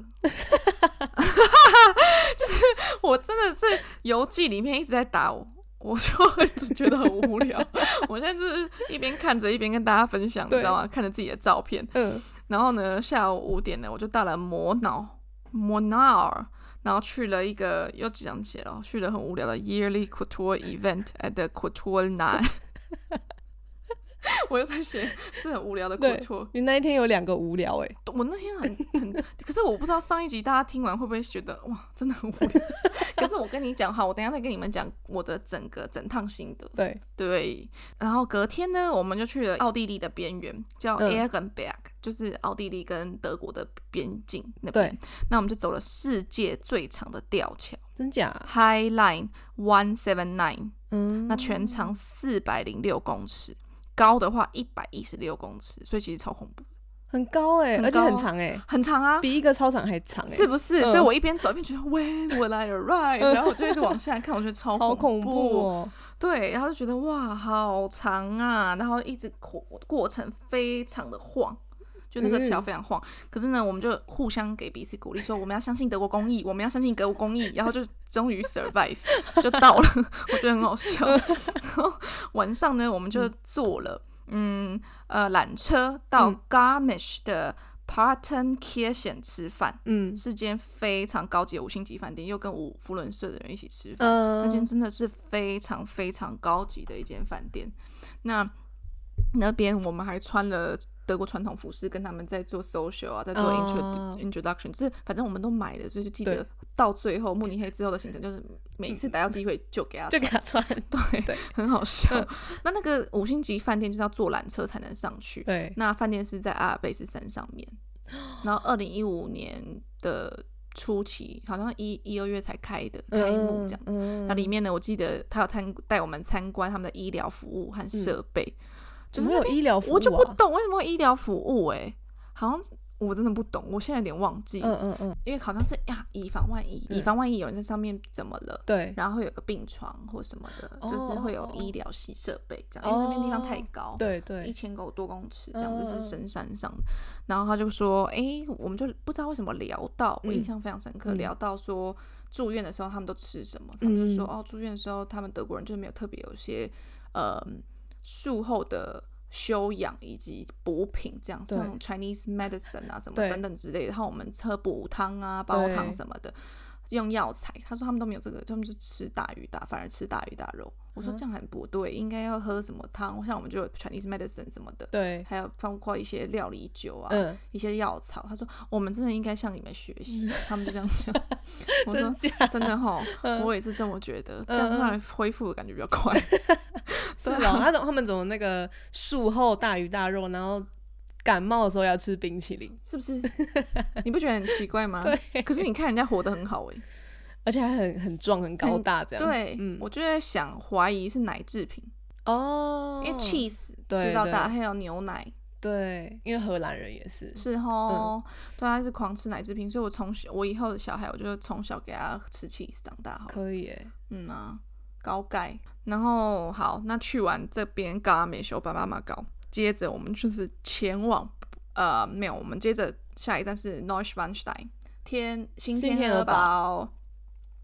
S1: 就是我真的是游记里面一直在打我。我就一直觉得很无聊，我现在就是一边看着一边跟大家分享，你
S2: 对
S1: 知道吗？看着自己的照片，
S2: 嗯，
S1: 然后呢，下午五点呢，我就到了摩脑摩纳尔，然后去了一个又几张写了，去了很无聊的 yearly couture event at the couture night。我又在写是很无聊的
S2: 对
S1: couture。
S2: 你那一天有两个无聊哎，
S1: 我那天很很，可是我不知道上一集大家听完会不会觉得哇，真的很无聊。可是我跟你讲，好，我等一下再跟你们讲我的整个整趟心得。
S2: 对，
S1: 对，然后隔天呢，我们就去了奥地利的边缘，叫
S2: 嗯
S1: e r g e n b e r g 就是奥地利跟德国的边境那边。那我们就走了世界最长的吊桥
S2: 真假？
S1: High Line One Seven Nine，
S2: 嗯，
S1: 那全长四百零六公尺，高的话一百一十六公尺，所以其实超恐怖，
S2: 很高哎，
S1: 很
S2: 而且
S1: 高
S2: 很
S1: 啊
S2: 长哎，
S1: 很长啊。
S2: 比一个操场还长哎，
S1: 是不是？
S2: 嗯
S1: 所以我一边走一边觉得 When will I arrive？然后我就一直往下看，我觉得超
S2: 好
S1: 恐
S2: 恐怖哦，
S1: 对，然后就觉得哇，好长啊，然后一直过过程非常的晃，就那个桥非常晃。可是呢，我们就互相给彼此鼓励，说我们要相信德国工艺，我们要相信德国工艺，然后就终于 survive 就到了， 我觉得很好笑。然后晚上呢，我们就坐了嗯呃缆车到
S2: 嗯
S1: Garmisch 的 Partenkirchen 吃饭，
S2: 嗯
S1: 是间非常高级的五星级饭店，又跟五福伦社的人一起吃饭。那间
S2: 嗯，
S1: 真的是非常非常高级的一间饭店。那那边我们还穿了德国传统服饰，跟他们在做 social 啊，在做 intro、
S2: 哦
S1: introduction，就是反正我们都买了，所以就记得
S2: 对
S1: 到最后慕尼黑之后的行程，就是每一次逮到机会就给他
S2: 就嗯
S1: 穿，
S2: 给他穿，
S1: 对，
S2: 对
S1: 很好笑。那那个五星级饭店就是要坐缆车才能上去，
S2: 对，
S1: 那饭店是在阿尔卑斯山上 面，然后二零一五年的初期，好像一一二月才开的开幕这样子。
S2: 嗯，嗯
S1: 那里面呢，我记得他有参带我们参观他们的医疗服务和设备，就是
S2: 怎么
S1: 那
S2: 嗯有医疗服务啊，
S1: 欸我就不懂为什么会医疗服务哎、好像。我真的不懂，我现在有点忘记，
S2: 嗯嗯嗯，
S1: 因为好像是呀，以防万一，以
S2: 嗯
S1: 防万一有人在上面怎么了。
S2: 对
S1: 然后会有个病床或什么的，
S2: 哦
S1: 就是会有
S2: 哦哦哦
S1: 医疗系设备这样，因为那边地方太高，
S2: 对
S1: 一
S2: 对，
S1: 千多公尺这样，
S2: 嗯
S1: 就是
S2: 嗯嗯
S1: 深山上的。然后他就说，诶，我们就不知道为什么聊到，我印
S2: 嗯
S1: 象非常深刻，
S2: 嗯
S1: 聊到说住院的时候他们都吃什么，他们就说，
S2: 嗯
S1: 哦，住院的时候他们德国人就是没有特别有一些呃术后的。修养以及补品，这样
S2: 对
S1: 像 Chinese medicine 啊什么
S2: 对
S1: 等等之类的，然后我们喝补汤啊、煲汤
S2: 对
S1: 什么的，用药材。他说他们都没有这个，他们就吃大鱼大，反而吃大鱼大肉。我说
S2: 嗯
S1: 这样很不对，应该要喝什么汤？像我们就有 Chinese medicine 什么的，
S2: 对，
S1: 还有包括一些料理酒啊，
S2: 嗯，
S1: 一些药草。他说我们真的应该向你们学习，他们就这样 讲。我说
S2: 真假？
S1: 真的哈，
S2: 嗯
S1: 我也是这么觉得，这
S2: 嗯
S1: 样
S2: 嗯
S1: 让人恢复的感觉比较 快。
S2: 是
S1: 啊
S2: 哦，他怎么他们怎么那个术后大鱼大肉，然后感冒的时候要吃冰淇 淋，
S1: 是不是？你不觉得很奇怪吗？可是你看人家活得很好哎、
S2: 而且还很很壮很高
S1: 很
S2: 大这样。
S1: 对，
S2: 嗯，
S1: 我就在想怀疑是奶制品，
S2: 哦，
S1: 因为 cheese
S2: 对
S1: 吃到大，
S2: 对
S1: 还有牛奶
S2: 对，因为荷兰人也是，
S1: 是哦，对啊，是狂吃奶制品，所以我从小我以后的小孩，我就从小给他吃 cheese 长大好了，
S2: 可以耶，
S1: 嗯啊，高钙，然后好，那去完这边高阿美修巴巴马高，接着我们就是前往呃没有，我们接着下一站是 Neuschwanstein 天新
S2: 新
S1: 天
S2: 天
S1: 鹅
S2: 鹅堡
S1: 堡，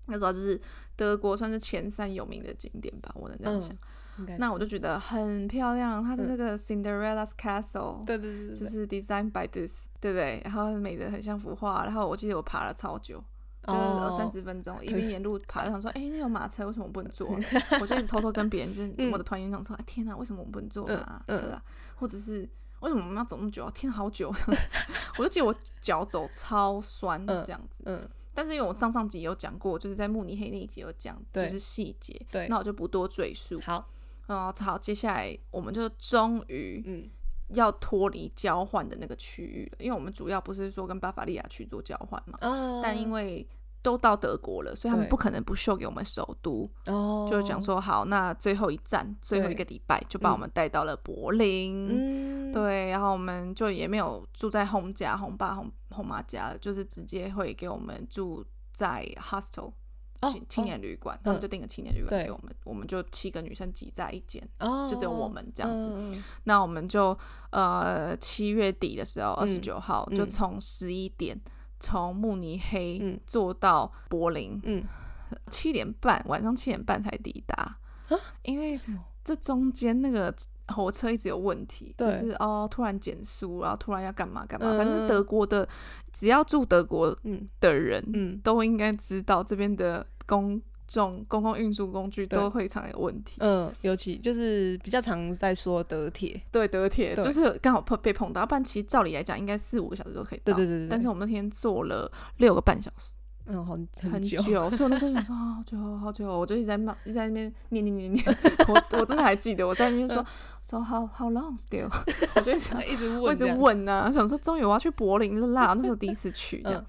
S1: 那时候就是德国算是前三有名的景点吧，我能这样
S2: 嗯
S1: 想。
S2: 应该
S1: 那
S2: 是
S1: 我就觉得很漂亮，它的那个 Cinderella's Castle，、
S2: 对对对
S1: 就
S2: 对对，
S1: 是 designed by this，对不对？然后美的很像幅画，然后我记得我爬了超久。就是二三
S2: 哦
S1: 十分钟，一
S2: 可
S1: 边沿路爬，想说，哎、那有马车，为什么我不 能坐啊、我就偷偷跟别人，
S2: 嗯
S1: 就是我的团员讲说，哎、天哪、为什么我不能坐马车啊？或者是为什么我们要走那么久、啊？ 天，好久、这样子我就记得我脚走超酸
S2: 嗯
S1: 这样子，
S2: 嗯，
S1: 但是因为我上上集有讲过，就是在慕尼黑那一集有讲，就
S2: 对
S1: 是细节，
S2: 对
S1: 那我就不多赘述。
S2: 好，
S1: 嗯，好，接下来我们就终于
S2: 嗯
S1: 要脱离交换的那个区域了，因为我们主要不是说跟巴伐利亚去做交换嘛，
S2: 啊，
S1: 但因为都到德国了，所以他们
S2: 对
S1: 不可能不秀给我们首都，
S2: 哦，
S1: 就讲说好，那最后一站，最后一个礼拜就把我们带到了柏林。
S2: 嗯，
S1: 对，然后我们就也没有住在红家、红爸、红红妈家了，就是直接会给我们住在 hostel
S2: 哦
S1: 青青
S2: 哦
S1: 年旅馆，他们
S2: 嗯
S1: 就订个青年旅馆
S2: 对
S1: 给我们，我们就七个女生挤在一间，
S2: 哦，
S1: 就只有我们这样子。
S2: 嗯，嗯
S1: 那我们就呃七月底的时候，二十九号、
S2: 嗯
S1: 就从十一点从慕尼黑
S2: 嗯
S1: 坐到柏林，
S2: 嗯，
S1: 七、点半晚上七点半才抵达
S2: 啊，
S1: 因为
S2: 什么
S1: 这中间那个火车一直有问题，就
S2: 对
S1: 是哦突然减速，然后突然要干嘛干嘛，
S2: 嗯
S1: 反正德国的只要住德国
S2: 嗯
S1: 的人、
S2: 嗯
S1: 都应该知道这边的公众公共运输工具
S2: 对
S1: 都会常有问题。
S2: 嗯，尤其就是比较常在说德铁，
S1: 对，德铁
S2: 对
S1: 就是刚好碰被碰到，不然其实照理来讲应该四五个小时就可以到。
S2: 对对对对对
S1: 但是我们那天坐了六个半小时，
S2: 嗯，好
S1: 很
S2: 久，
S1: 所以我那时候想说啊好久哦好久哦，我就一直在骂，一直在那边念念念念。 我我真的还记得，我在那边
S2: 嗯
S1: 说说 how how long still，我 就一 直
S2: 一直
S1: 我一
S2: 问这
S1: 直
S2: 样，
S1: 问呐、想说终于我要去柏林了啦，那时候第一次去这样，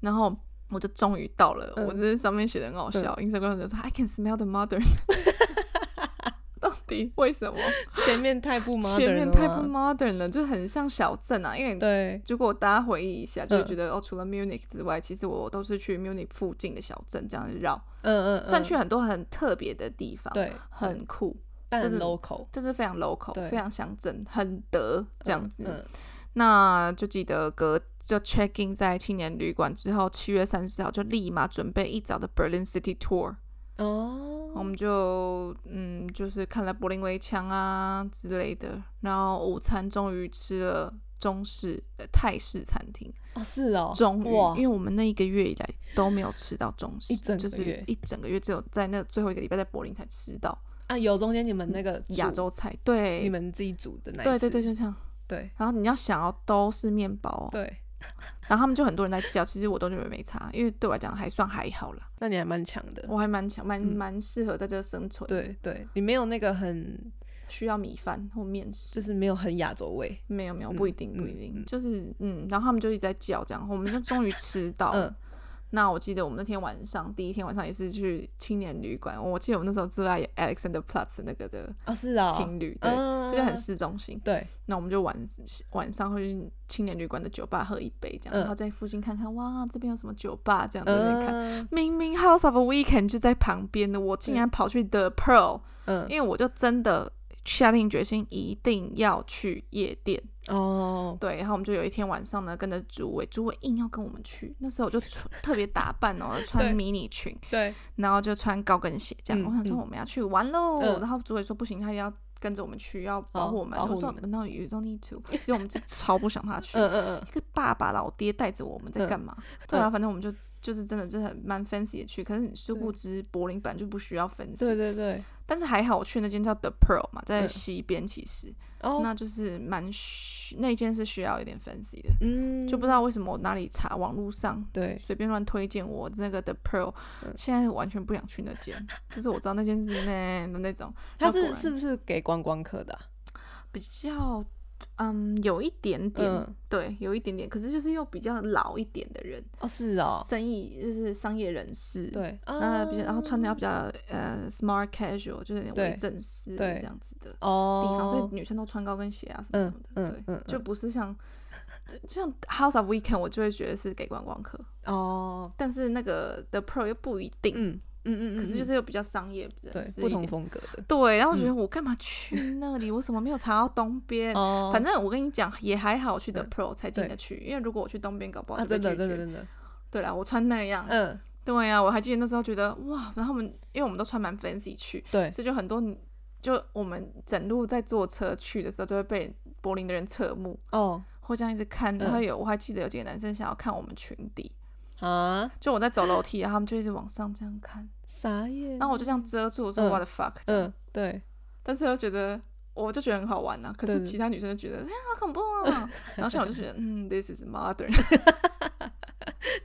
S1: 然后。我就终于到了，
S2: 嗯
S1: 我这上面写的很好笑、i n s t a g r a m 就说 I can smell the modern，到底为什么？
S2: 前面太不 modern
S1: 前面
S2: 了
S1: 太不
S2: 吗
S1: modern 了，就很像小镇啊。因为
S2: 对，
S1: 如果大家回忆一下，就会
S2: 嗯
S1: 觉得、哦，除了 Munich 之外，其实我都是去 Munich 附近的小镇这样绕，
S2: 嗯嗯嗯，
S1: 算去很多很特别的地方，
S2: 对，
S1: 很酷，
S2: 但
S1: 就
S2: 很
S1: 是
S2: local
S1: 就是非常 local，
S2: 对
S1: 非常乡镇，很德这样子。
S2: 嗯，
S1: 那就记得隔就 check in 在青年旅馆之后，七月三十号就立马准备一早的 Berlin City Tour。
S2: 嗯哦，
S1: 我们就嗯，就是看了柏林围墙啊之类的，然后午餐终于吃了中式、呃、泰式餐厅，
S2: 哦是哦，
S1: 终于，
S2: 哇
S1: 因，为我们那一个月以来都没有吃到中式，
S2: 一整个
S1: 就是
S2: 月
S1: 一整个月只有在那最后一个礼拜在柏林才吃到
S2: 啊有中间你们那个
S1: 亚
S2: 煮
S1: 洲菜，对，
S2: 你们自己煮的那一
S1: 对
S2: 次
S1: 对对，就这样。
S2: 对
S1: 然后你要想哦，都是面包哦，
S2: 对，
S1: 然后他们就很多人在叫，其实我都觉得没差，因为对我来讲还算还好啦，
S2: 那你还蛮强的，
S1: 我还蛮强，蛮
S2: 嗯
S1: 蛮适合在这生存，，
S2: 对对，你没有那个很
S1: 需要米饭或面食
S2: 就。是没有很亚洲味，
S1: 没有没有，不一
S2: 嗯
S1: 定不一定，
S2: 嗯嗯
S1: 就是嗯，然后他们就一直在叫这样，我们就终于吃到了，
S2: 嗯
S1: 那我记得我们那天晚上，第一天晚上也是去青年旅馆。我记得我们那时候住在 Alexander Platz 那个的
S2: 啊，是啊、
S1: 情侣，对，
S2: 嗯
S1: 就是很市中心。
S2: 对，
S1: 那我们就晚晚上会去青年旅馆的酒吧喝一杯，这样，
S2: 嗯
S1: 然后在附近看看，哇，这边有什么酒吧，这样在那边看。
S2: 嗯
S1: 明明 House of Weekend 就在旁边的，我竟然跑去 The Pearl，
S2: 嗯
S1: 因为我就真的下定决心一定要去夜店。
S2: 哦，
S1: 对，然后我们就有一天晚上呢，跟着主委，主委硬要跟我们去。那时候我就穿特别打扮哦，穿
S2: 对
S1: 迷你裙，
S2: 对，
S1: 然后就穿高跟鞋这样。
S2: 嗯
S1: 我想说
S2: 嗯
S1: 我们要去玩喽，
S2: 嗯
S1: 然后主委说不行，他也要跟着我们去，要保
S2: 哦
S1: 护我们。
S2: 保护
S1: 我说
S2: 你
S1: No, you don't need to。其实 我们就超不想他去。
S2: 嗯嗯嗯，
S1: 一个爸爸老爹带着我们在
S2: 嗯
S1: 干嘛？对啊，反正我们就就是真的就是很蛮 fancy 的去，可是殊不
S2: 对
S1: 知柏林本来就不需要 fancy。
S2: 对对对，
S1: 但是还好我去那间叫 The Pearl 嘛，在
S2: 嗯
S1: 西边其实，
S2: 哦，
S1: 那就是蛮需那间是需要有点 fancy 的，
S2: 嗯，
S1: 就不知道为什么我哪里查网络上。
S2: 对，嗯
S1: 随便乱推荐我那个 The Pearl，、现在完全不想去那 间，就是我知道那间是那的那种，
S2: 它
S1: 那果
S2: 是
S1: 然
S2: 是不是给观光客的啊、
S1: 比较嗯有一点点、
S2: 嗯，
S1: 对，有一点点，可是就是又比较老一点的人，
S2: 哦，是哦，
S1: 生意就是商业人士，，
S2: 对，
S1: 那
S2: 啊，
S1: 比较然后穿的要比较呃 smart casual，就是有点
S2: 对
S1: 微正式
S2: 对
S1: 这样子的地
S2: 哦，
S1: 方，所以女生都穿高跟鞋啊什么什么的，
S2: 嗯
S1: 对
S2: 嗯，嗯
S1: 就不是像就就像 House of Weekend，我就会觉得是给观光客，
S2: 哦，
S1: 但是那个 The Pro 又不一定，
S2: 嗯嗯嗯，
S1: 可是
S2: 嗯
S1: 就是又比较商业人士
S2: 对
S1: 一
S2: 不同
S1: 点
S2: 风格的
S1: 对，然后我觉得我干嘛去那里？我怎么没有查到东边？
S2: 哦，
S1: 反正我跟你讲，也还好，我去 The
S2: 嗯
S1: Pro 才进
S2: 对
S1: 得去，因为如果我去东边，搞不好
S2: 啊，
S1: 就被
S2: 真
S1: 拒
S2: 的真的
S1: 绝。
S2: 真的，
S1: 对啦，我穿那样，
S2: 嗯，
S1: 对啊呀、我还记得那时候觉得哇，然后我们因为我们都穿蛮 fancy 去，
S2: 对，
S1: 所以就很多就我们整路在坐车去的时候，就会被柏林的人侧目，
S2: 哦
S1: 会这样一直看。
S2: 嗯
S1: 然后有、我还记得有几个男生想要看我们裙底，
S2: 啊，
S1: 就我在走楼梯，然后他们就一直往上这样看，
S2: 傻眼，
S1: 然后我就这样遮住，我说
S2: 嗯
S1: what the fuck，这样、
S2: 嗯，对，
S1: 但是又觉得。我就觉得很好玩呐、啊可是
S2: 对
S1: 其他女生就觉得哎呀好恐 怖啊，然后像我就觉得嗯，this is modern，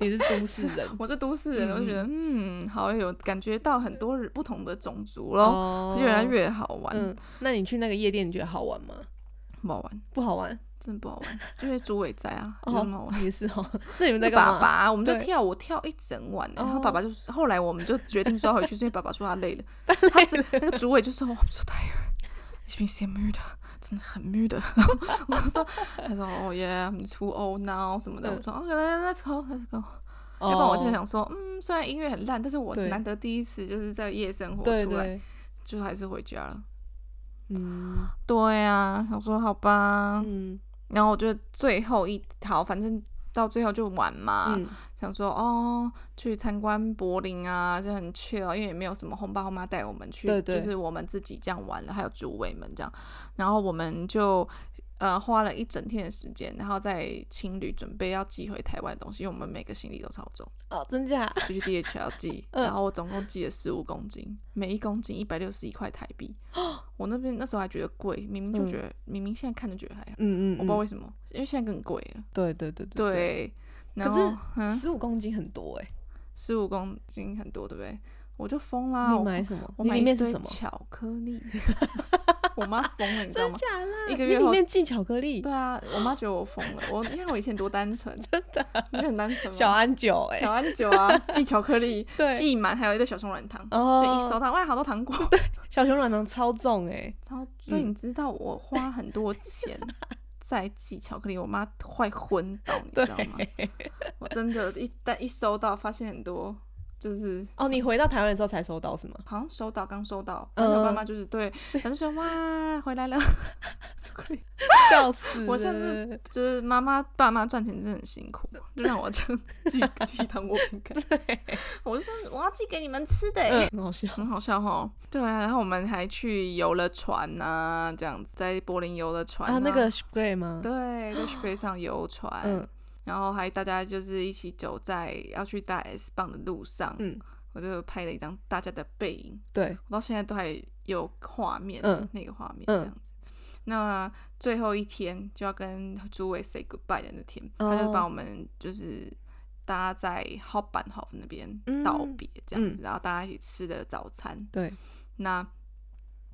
S2: 你是都市人
S1: 我是都市人，我就觉得嗯，好有感觉到很多不同的种族咯，
S2: 哦
S1: 越来越好玩。
S2: 嗯，那你去那个夜店，你觉得好玩吗？
S1: 不好玩，
S2: 不 好玩，
S1: 真的不好玩，因为朱伟在啊，有什么好
S2: 哦
S1: 玩？，
S2: 也是哦， 那你们在干
S1: 爸
S2: 嘛？
S1: 爸，我们就
S2: 对
S1: 跳舞跳一整晚欸，然后
S2: 哦
S1: 爸爸就是后来我们就决定说要回去，是因为爸爸说他累了，他 真那个主委就说我们说 tired，已经 so tired，真的很 m 的。然后 我说，他说哦耶，你 too old now 什么的，
S2: 嗯
S1: 我说 OK，来 let's go，let's go。
S2: 哦
S1: 要不然我就想说，嗯，虽然音乐很烂，但是我
S2: 对
S1: 难得第一次就是在夜生活
S2: 对
S1: 出来，
S2: 对，
S1: 就还是回家了。
S2: 嗯
S1: 对啊，想说好吧，
S2: 嗯
S1: 然后我就最后一套，反正到最后就玩嘛，
S2: 嗯
S1: 想说哦，去参观柏林啊，就很 chill，因为也没有什么红爸红妈带我们去，
S2: 对对
S1: 就是我们自己这样玩了，还有主委们这样，然后我们就。呃，花了一整天的时间，然后在青旅准备要寄回台湾的东西，因为我们每个行李都超重，
S2: 哦，真假？
S1: 就去 DHL 寄，
S2: 嗯
S1: 然后我总共寄了十五公斤，每一公斤一百六十一块台 币。我那边那时候还觉得贵，明明就
S2: 嗯
S1: 觉得，明明现在看就觉得还好，
S2: 嗯嗯，
S1: 我不知道
S2: 嗯
S1: 为什么，因为现在更贵了。
S2: 对对对，
S1: 对，然
S2: 可是
S1: 后嗯，
S2: 十五公斤很多哎，
S1: 十五公斤很多，对不对？我就疯啦！
S2: 你
S1: 啊我
S2: 买什么？
S1: 我
S2: 你
S1: 买
S2: 里
S1: 一
S2: 面是
S1: 堆
S2: 什么？
S1: 巧克 力，我妈疯了，你知道吗？
S2: 假啦
S1: 一个
S2: 你
S1: 月
S2: 里
S1: 后
S2: 面进巧克力，
S1: 对啊，我妈觉得我疯了。我你看我以前多单 纯，真的，你觉得很单纯吗？
S2: 啊小安酒哎、
S1: 小安酒 啊，寄巧克力，
S2: 对
S1: 寄满，还有一堆小熊软糖，
S2: 哦
S1: 就一收到哇，好多糖果。
S2: 小熊软糖超重哎、
S1: 超，所以你知道我花很多钱在寄巧克力，我妈快昏倒，你知道 吗？我真的，一但一收到，发现很多，就是
S2: 哦，你回到台湾的时候才收到是 吗？
S1: 好像收到刚收到，然后我
S2: 嗯
S1: 爸妈就是对， 反正说哇回来 了，
S2: 笑死！
S1: 我下次就是妈妈爸妈赚钱真的很辛苦，就让我这样 寄寄糖果饼干，我就说我要寄给你们吃的欸、
S2: 嗯，很 好笑。
S1: 很好笑哈，对啊，然后我们还去游了船呐、这样子在柏林游了船、
S2: 啊，那个 s p r a y 吗？
S1: 对， 在 s 背上游船，
S2: 嗯，
S1: 然后还大家就是一起走在要去大 S 棒的路上，
S2: 嗯，
S1: 我就拍了一张大家的背影，
S2: 对，
S1: 我到现在都还有画面，
S2: 嗯
S1: 那个画面
S2: 嗯
S1: 这样子。那最后一天就要跟诸位 say goodbye 的那天，他就
S2: 哦
S1: 把我们就是搭在 h o p b a n h o f 那边
S2: 嗯
S1: 道别这样子，然后大家一起吃的早餐。
S2: 对，
S1: 那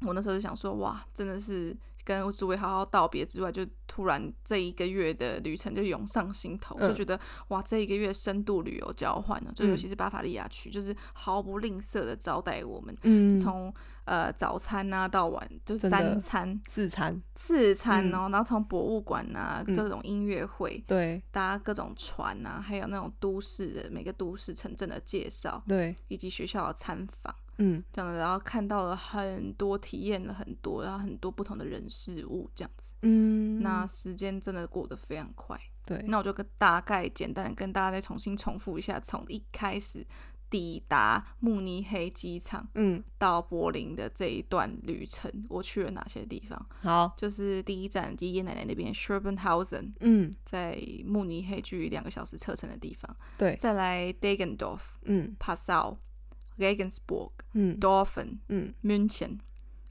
S1: 我那时候就想说，哇，真的是跟主委好好道别之外，就突然这一个月的旅程就涌上心头，
S2: 嗯
S1: 就觉得哇，这一个月深度旅游交换呢，就
S2: 嗯
S1: 尤其是巴伐利亚区，就是毫不吝啬的招待我们，
S2: 嗯，
S1: 从呃早餐啊到晚就
S2: 真的
S1: 三餐
S2: 自残，
S1: 四餐
S2: 嗯
S1: 哦，然后从博物馆啊
S2: 嗯
S1: 这种音乐会。
S2: 对
S1: 搭各种船啊，还有那种都市的每个都市城镇的介绍，
S2: 对，
S1: 以及学校的参访，
S2: 嗯
S1: 这样的，然后看到了很多，体验了很多，然后很多不同的人事物这样子。
S2: 嗯，
S1: 那时间真的过得非常快，
S2: 对，
S1: 那我就跟大概简单地跟大家再重新重复一下，从一开始抵达慕尼黑机场
S2: 嗯，
S1: 到柏林的这一段旅程，我去了哪些地方？
S2: 好，
S1: 就是第一站爷爷奶奶那边 s c h e r b e n h a u s e n
S2: 嗯，
S1: 在慕尼黑距离两个小时车程的地方，
S2: 对，
S1: 再来 Degendorf、
S2: 嗯
S1: Passau、Regensburg、
S2: 嗯
S1: Dorfen、
S2: 嗯
S1: München、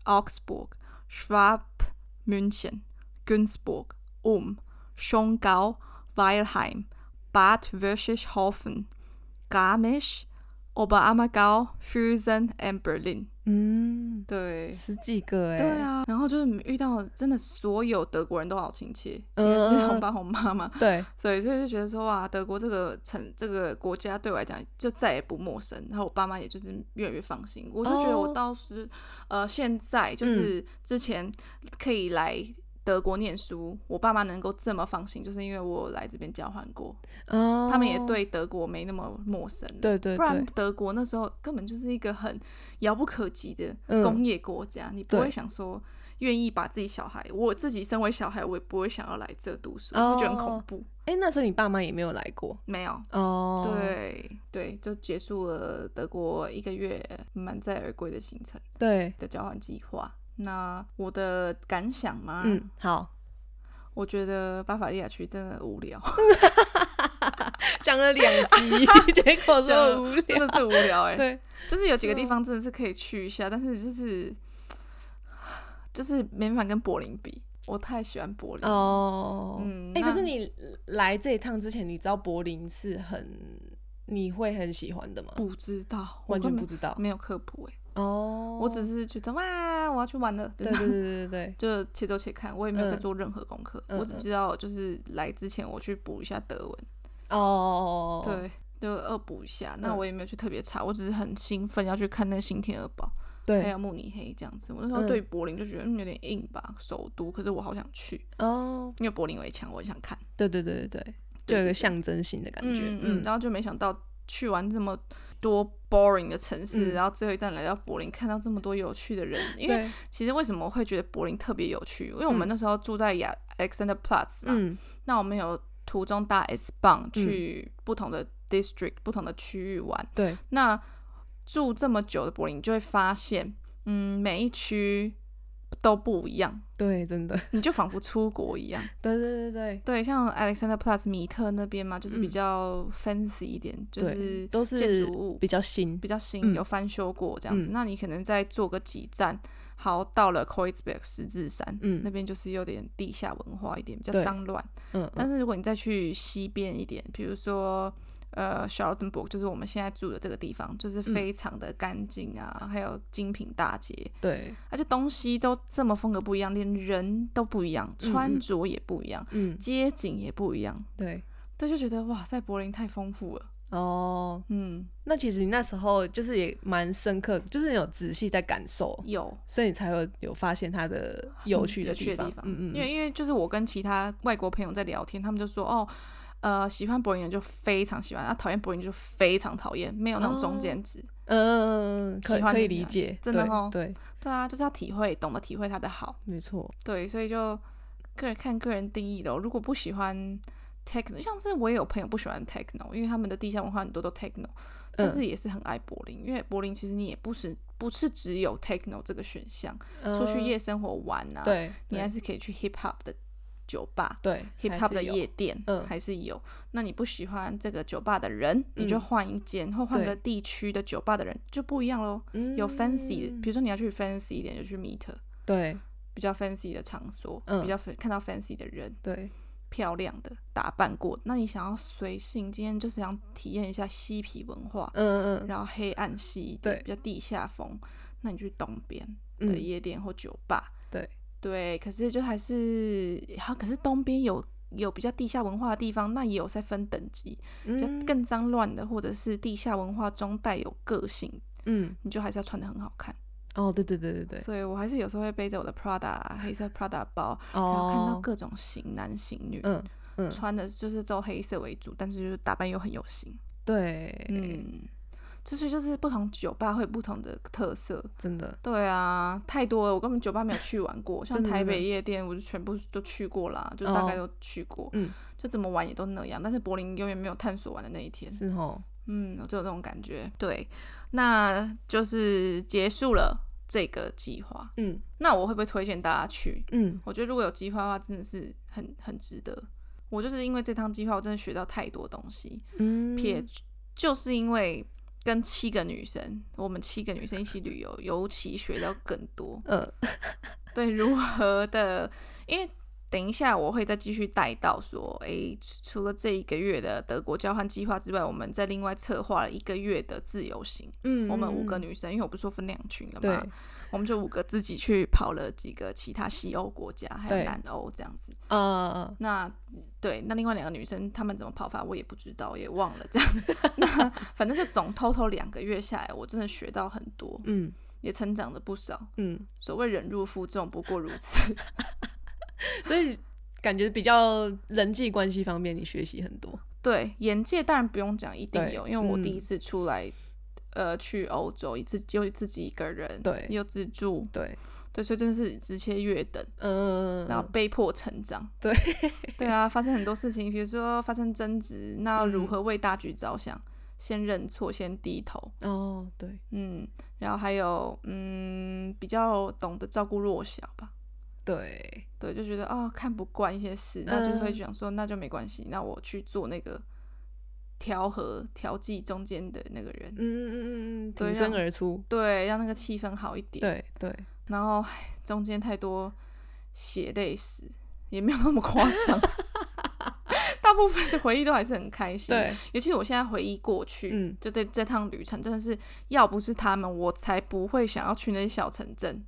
S1: Augsburg、Schwab、München、Günzburg、Ulm、Schongau、Weilheim、Bad Wörishofen、Garmisch、Oberammergau、Füssen and Berlin。
S2: 嗯，
S1: 对。
S2: 十几个哎，
S1: 对，啊，然后就是遇到真的所有德国人都好亲切，
S2: 嗯
S1: 也
S2: 嗯
S1: 是
S2: 嗯
S1: 红爸红妈妈，
S2: 对，
S1: 对，所以就觉得说哇，德国这个城这个国家对我来讲就再也不陌生，然后我爸妈也就是越来越放心。我就觉得
S2: 哦嗯
S1: 我当时、呃现在就是之前可以来德国念书，我爸妈能够这么放心，就是因为我有来这边交换过，
S2: 哦，
S1: 他们也，对德国没那么陌生了。
S2: 对对
S1: 不然
S2: 对，
S1: 德国那时候根本就是一个很遥不可及的
S2: 嗯
S1: 工业国家，你不
S2: 对
S1: 会想说愿意把自己小孩，我自己身为小孩，我也不会想要来这读书，
S2: 哦
S1: 我觉得很恐怖。
S2: 哎，那时候你爸妈也没有来过
S1: 没有，
S2: 哦，，
S1: 对对，就结束了德国一个月满载而归的行程
S2: 对，
S1: 的交换计划。那我的感想嘛，
S2: 嗯，好，
S1: 我觉得巴伐利亚区真的无聊，
S2: 讲了两集， 结果说无
S1: 真
S2: 聊
S1: 的，是无聊哎、
S2: 对，
S1: 就是有几个地
S2: 嗯
S1: 方真的是可以去一下，但是就是就是没办法跟柏林比，我太喜欢柏林了。
S2: 哦，
S1: 嗯
S2: 哎，可是
S1: 那
S2: 你来这一趟之前，你知道柏林是很你会很喜欢的吗？
S1: 不知道，我
S2: 完全
S1: 根本
S2: 不知道
S1: 没有科普哎、
S2: 哦，
S1: 我只是觉得哇，我要去玩了，就
S2: 对
S1: 是
S2: 对对对 对，
S1: 就且走且看，我也没有在
S2: 嗯
S1: 做任何功课，
S2: 嗯
S1: 我只知道就是来之前我去补一下德文，
S2: 哦，，
S1: 对，就恶补一下。那
S2: 嗯
S1: 我也没有去特别查，我只是很兴奋要去看那个新天鹅堡，还
S2: 对
S1: 有慕尼黑这样子。我那时候
S2: 嗯
S1: 对柏林就觉得、嗯有点硬吧，首都，可是我好想去，
S2: 哦，
S1: 因为柏林围墙我很想看，
S2: 对对对对对，就有一个象征性的感觉，
S1: 嗯嗯，然后就没想到去完这么多 boring 的城市，
S2: 嗯
S1: 然后最后一站来到柏林，看到这么多有趣的人，因为
S2: 对，
S1: 其实为什么会觉得柏林特别有趣？因为我们
S2: 嗯
S1: 那时候住在亚 Alexanderplatz 嘛，
S2: 嗯
S1: 那我们有途中搭 S 棒去不同的 district、不同的区域玩。
S2: 对，
S1: 那住这么久的柏林，你就会发现，嗯，每一区都不一样，
S2: 对，真的，
S1: 你就仿佛出国一样。
S2: 对对对对
S1: 对，像 Alexanderplatz 米特那边嘛，就是比
S2: 嗯
S1: 较 fancy 一点，就
S2: 对
S1: 是
S2: 都是
S1: 建筑物
S2: 比较新，
S1: 比较新，
S2: 嗯
S1: 有翻修过这样子。
S2: 嗯
S1: 那你可能再坐个几站，好，到了 Kreuzberg 十字山，
S2: 嗯
S1: 那边就是有点地下文化一点，比较
S2: 对
S1: 脏乱。
S2: 嗯，
S1: 但是如果你再去西边一点，比如说呃 Charlottenburg，就是我们现在住的这个地方，就是
S2: 嗯
S1: 非常的干净啊，还有精品大街，
S2: 对，
S1: 而且东西都这么风格不一样，连人都不一样，穿着也不一样，
S2: 嗯
S1: 街景也不一样，
S2: 对，
S1: 对，就觉得哇，在柏林太丰富了，
S2: 哦，
S1: 嗯，
S2: 那其实你那时候就是也蛮深刻，就是你有仔细在感受，
S1: 有。
S2: 所以你才会有发现它的有趣
S1: 嗯有
S2: 的
S1: 趣
S2: 地
S1: 的
S2: 方
S1: 地，方，
S2: 嗯嗯
S1: 因为因为就是我跟其他外国朋友在聊天，他们就说哦，呃，喜欢柏林人就非常喜欢，啊，讨厌柏林就非常讨厌，没有那种中
S2: 哦
S1: 间值。
S2: 嗯嗯，可
S1: 喜欢
S2: 可以
S1: 就喜
S2: 理
S1: 欢
S2: 解，
S1: 真的
S2: 对
S1: 哦
S2: 对，
S1: 对啊，就是要体会，懂得体会它的好。
S2: 没错，
S1: 对，所以就个人看个人定义咯。如果不喜欢 techno，像是我也有朋友不喜欢 techno，因为他们的地下文化很多都 techno，但
S2: 嗯
S1: 是也是很爱柏林，因为柏林其实你也不是不是只有 techno 这个选项，出去
S2: 嗯
S1: 夜生活玩啊，
S2: 对，
S1: 你
S2: 对
S1: 还是可以去 hip hop 的酒吧。
S2: 对
S1: hip
S2: 还
S1: hop
S2: 是
S1: 的
S2: 有
S1: 夜店
S2: 嗯
S1: 还是有，那你不喜欢这个酒吧的人，你就
S2: 嗯
S1: 换一间或换
S2: 对
S1: 个地区的酒吧的人就不一样喽。有 fancy，的
S2: 嗯
S1: 比如说你要去 fancy 一点，就去 meet，
S2: 对
S1: 比较 fancy 的场所，
S2: 嗯
S1: 比较 fan- 看到 fancy 的人，
S2: 对，
S1: 漂亮的打扮过。那你想要随性，今天就是想体验一下嬉皮文化，
S2: 嗯嗯
S1: 然后黑暗系一点，
S2: 对
S1: 比较地下风，那你去东边
S2: 嗯
S1: 的夜店或酒吧，
S2: 对
S1: 对，可是就还是，好，可是东边有有比较地下文化的地方，那也有在分等级，比较
S2: 嗯
S1: 更脏乱的，或者是地下文化中带有个性，
S2: 嗯，
S1: 你就还是要穿的很好看。
S2: 哦，对对对对对，
S1: 所以我还是有时候会背着我的 Prada 啊黑色 Prada 包，然后看到
S2: 哦，
S1: 各种型男型女，
S2: 嗯嗯，
S1: 穿的就是都黑色为主，但是就是打扮又很有型。
S2: 对，
S1: 嗯，就是就是不同酒吧会有不同的特色。
S2: 真的，
S1: 对啊，太多了，我根本酒吧没有去玩 过，像
S2: 真的
S1: 台
S2: 真的
S1: 北夜店我就全部都去过啦，就大概
S2: 哦
S1: 都去过，
S2: 嗯，
S1: 就怎么玩也都那样。但是柏林永远没有探索完的那一天。
S2: 是哦，
S1: 嗯，我就有这种感觉。对，那就是结束了这个计划。
S2: 嗯
S1: 那我会不会推荐大家去？
S2: 嗯，
S1: 我觉得如果有计划的话，真的是很很值得。我就是因为这趟计划，我真的学到太多东西。
S2: 嗯，
S1: 撇、就是因为跟七个女生，我们七个女生一起旅游，尤其学到更多。
S2: 呃，
S1: 对，如何的？因为等一下我会再继续带到说，诶，除除了这一个月的德国交换计划之外，我们再另外策划了一个月的自由行。
S2: 嗯，
S1: 我们五个
S2: 嗯，
S1: 女生，因为我不是说分两群的
S2: 嗯
S1: 嘛
S2: 对，，
S1: 我们就五个自己去跑了几个其他西欧国家，还有
S2: 对
S1: 南欧这样子。
S2: 呃，
S1: 那对，那另外两个女生她们怎么跑法我也不知道，我也忘了这样。 那反正就总偷偷两个月下来，我真的学到很多，
S2: 嗯
S1: 也成长了不少。
S2: 嗯，
S1: 所谓忍辱负重，不过如此。
S2: 所以感觉比较人际关系方面，你学习很多，
S1: 对，眼界当然不用讲，一定
S2: 对
S1: 有，因为我第一
S2: 嗯
S1: 次出来，呃，去欧洲，自又自己一个人，
S2: 对
S1: 又自助，
S2: 对，
S1: 对，所以真的是直接越等。
S2: 嗯，
S1: 然后被迫成长，
S2: 对
S1: 对啊，发生很多事情，比如说发生争执，那要如
S2: 嗯
S1: 何为大局着想？先认错，先低头，
S2: 哦，对，
S1: 嗯，然后还有嗯，比较懂得照顾弱小吧。
S2: 对，
S1: 对，就觉得哦，看不惯一些事，那就会
S2: 嗯
S1: 想说，那就没关系，那我去做那个调和、调剂中间的那个人，
S2: 嗯嗯嗯嗯，
S1: 对
S2: 挺身
S1: 让
S2: 而出，
S1: 对，让那个气氛好一点。
S2: 对对，
S1: 然后唉中间太多血泪史，也没有那么夸 张， 大部分的回忆都还是很开心。
S2: 对，
S1: 尤其是我现在回忆过去，
S2: 嗯
S1: 就对这趟旅程，真的是要不是他们，我才不会想要去那些小城镇，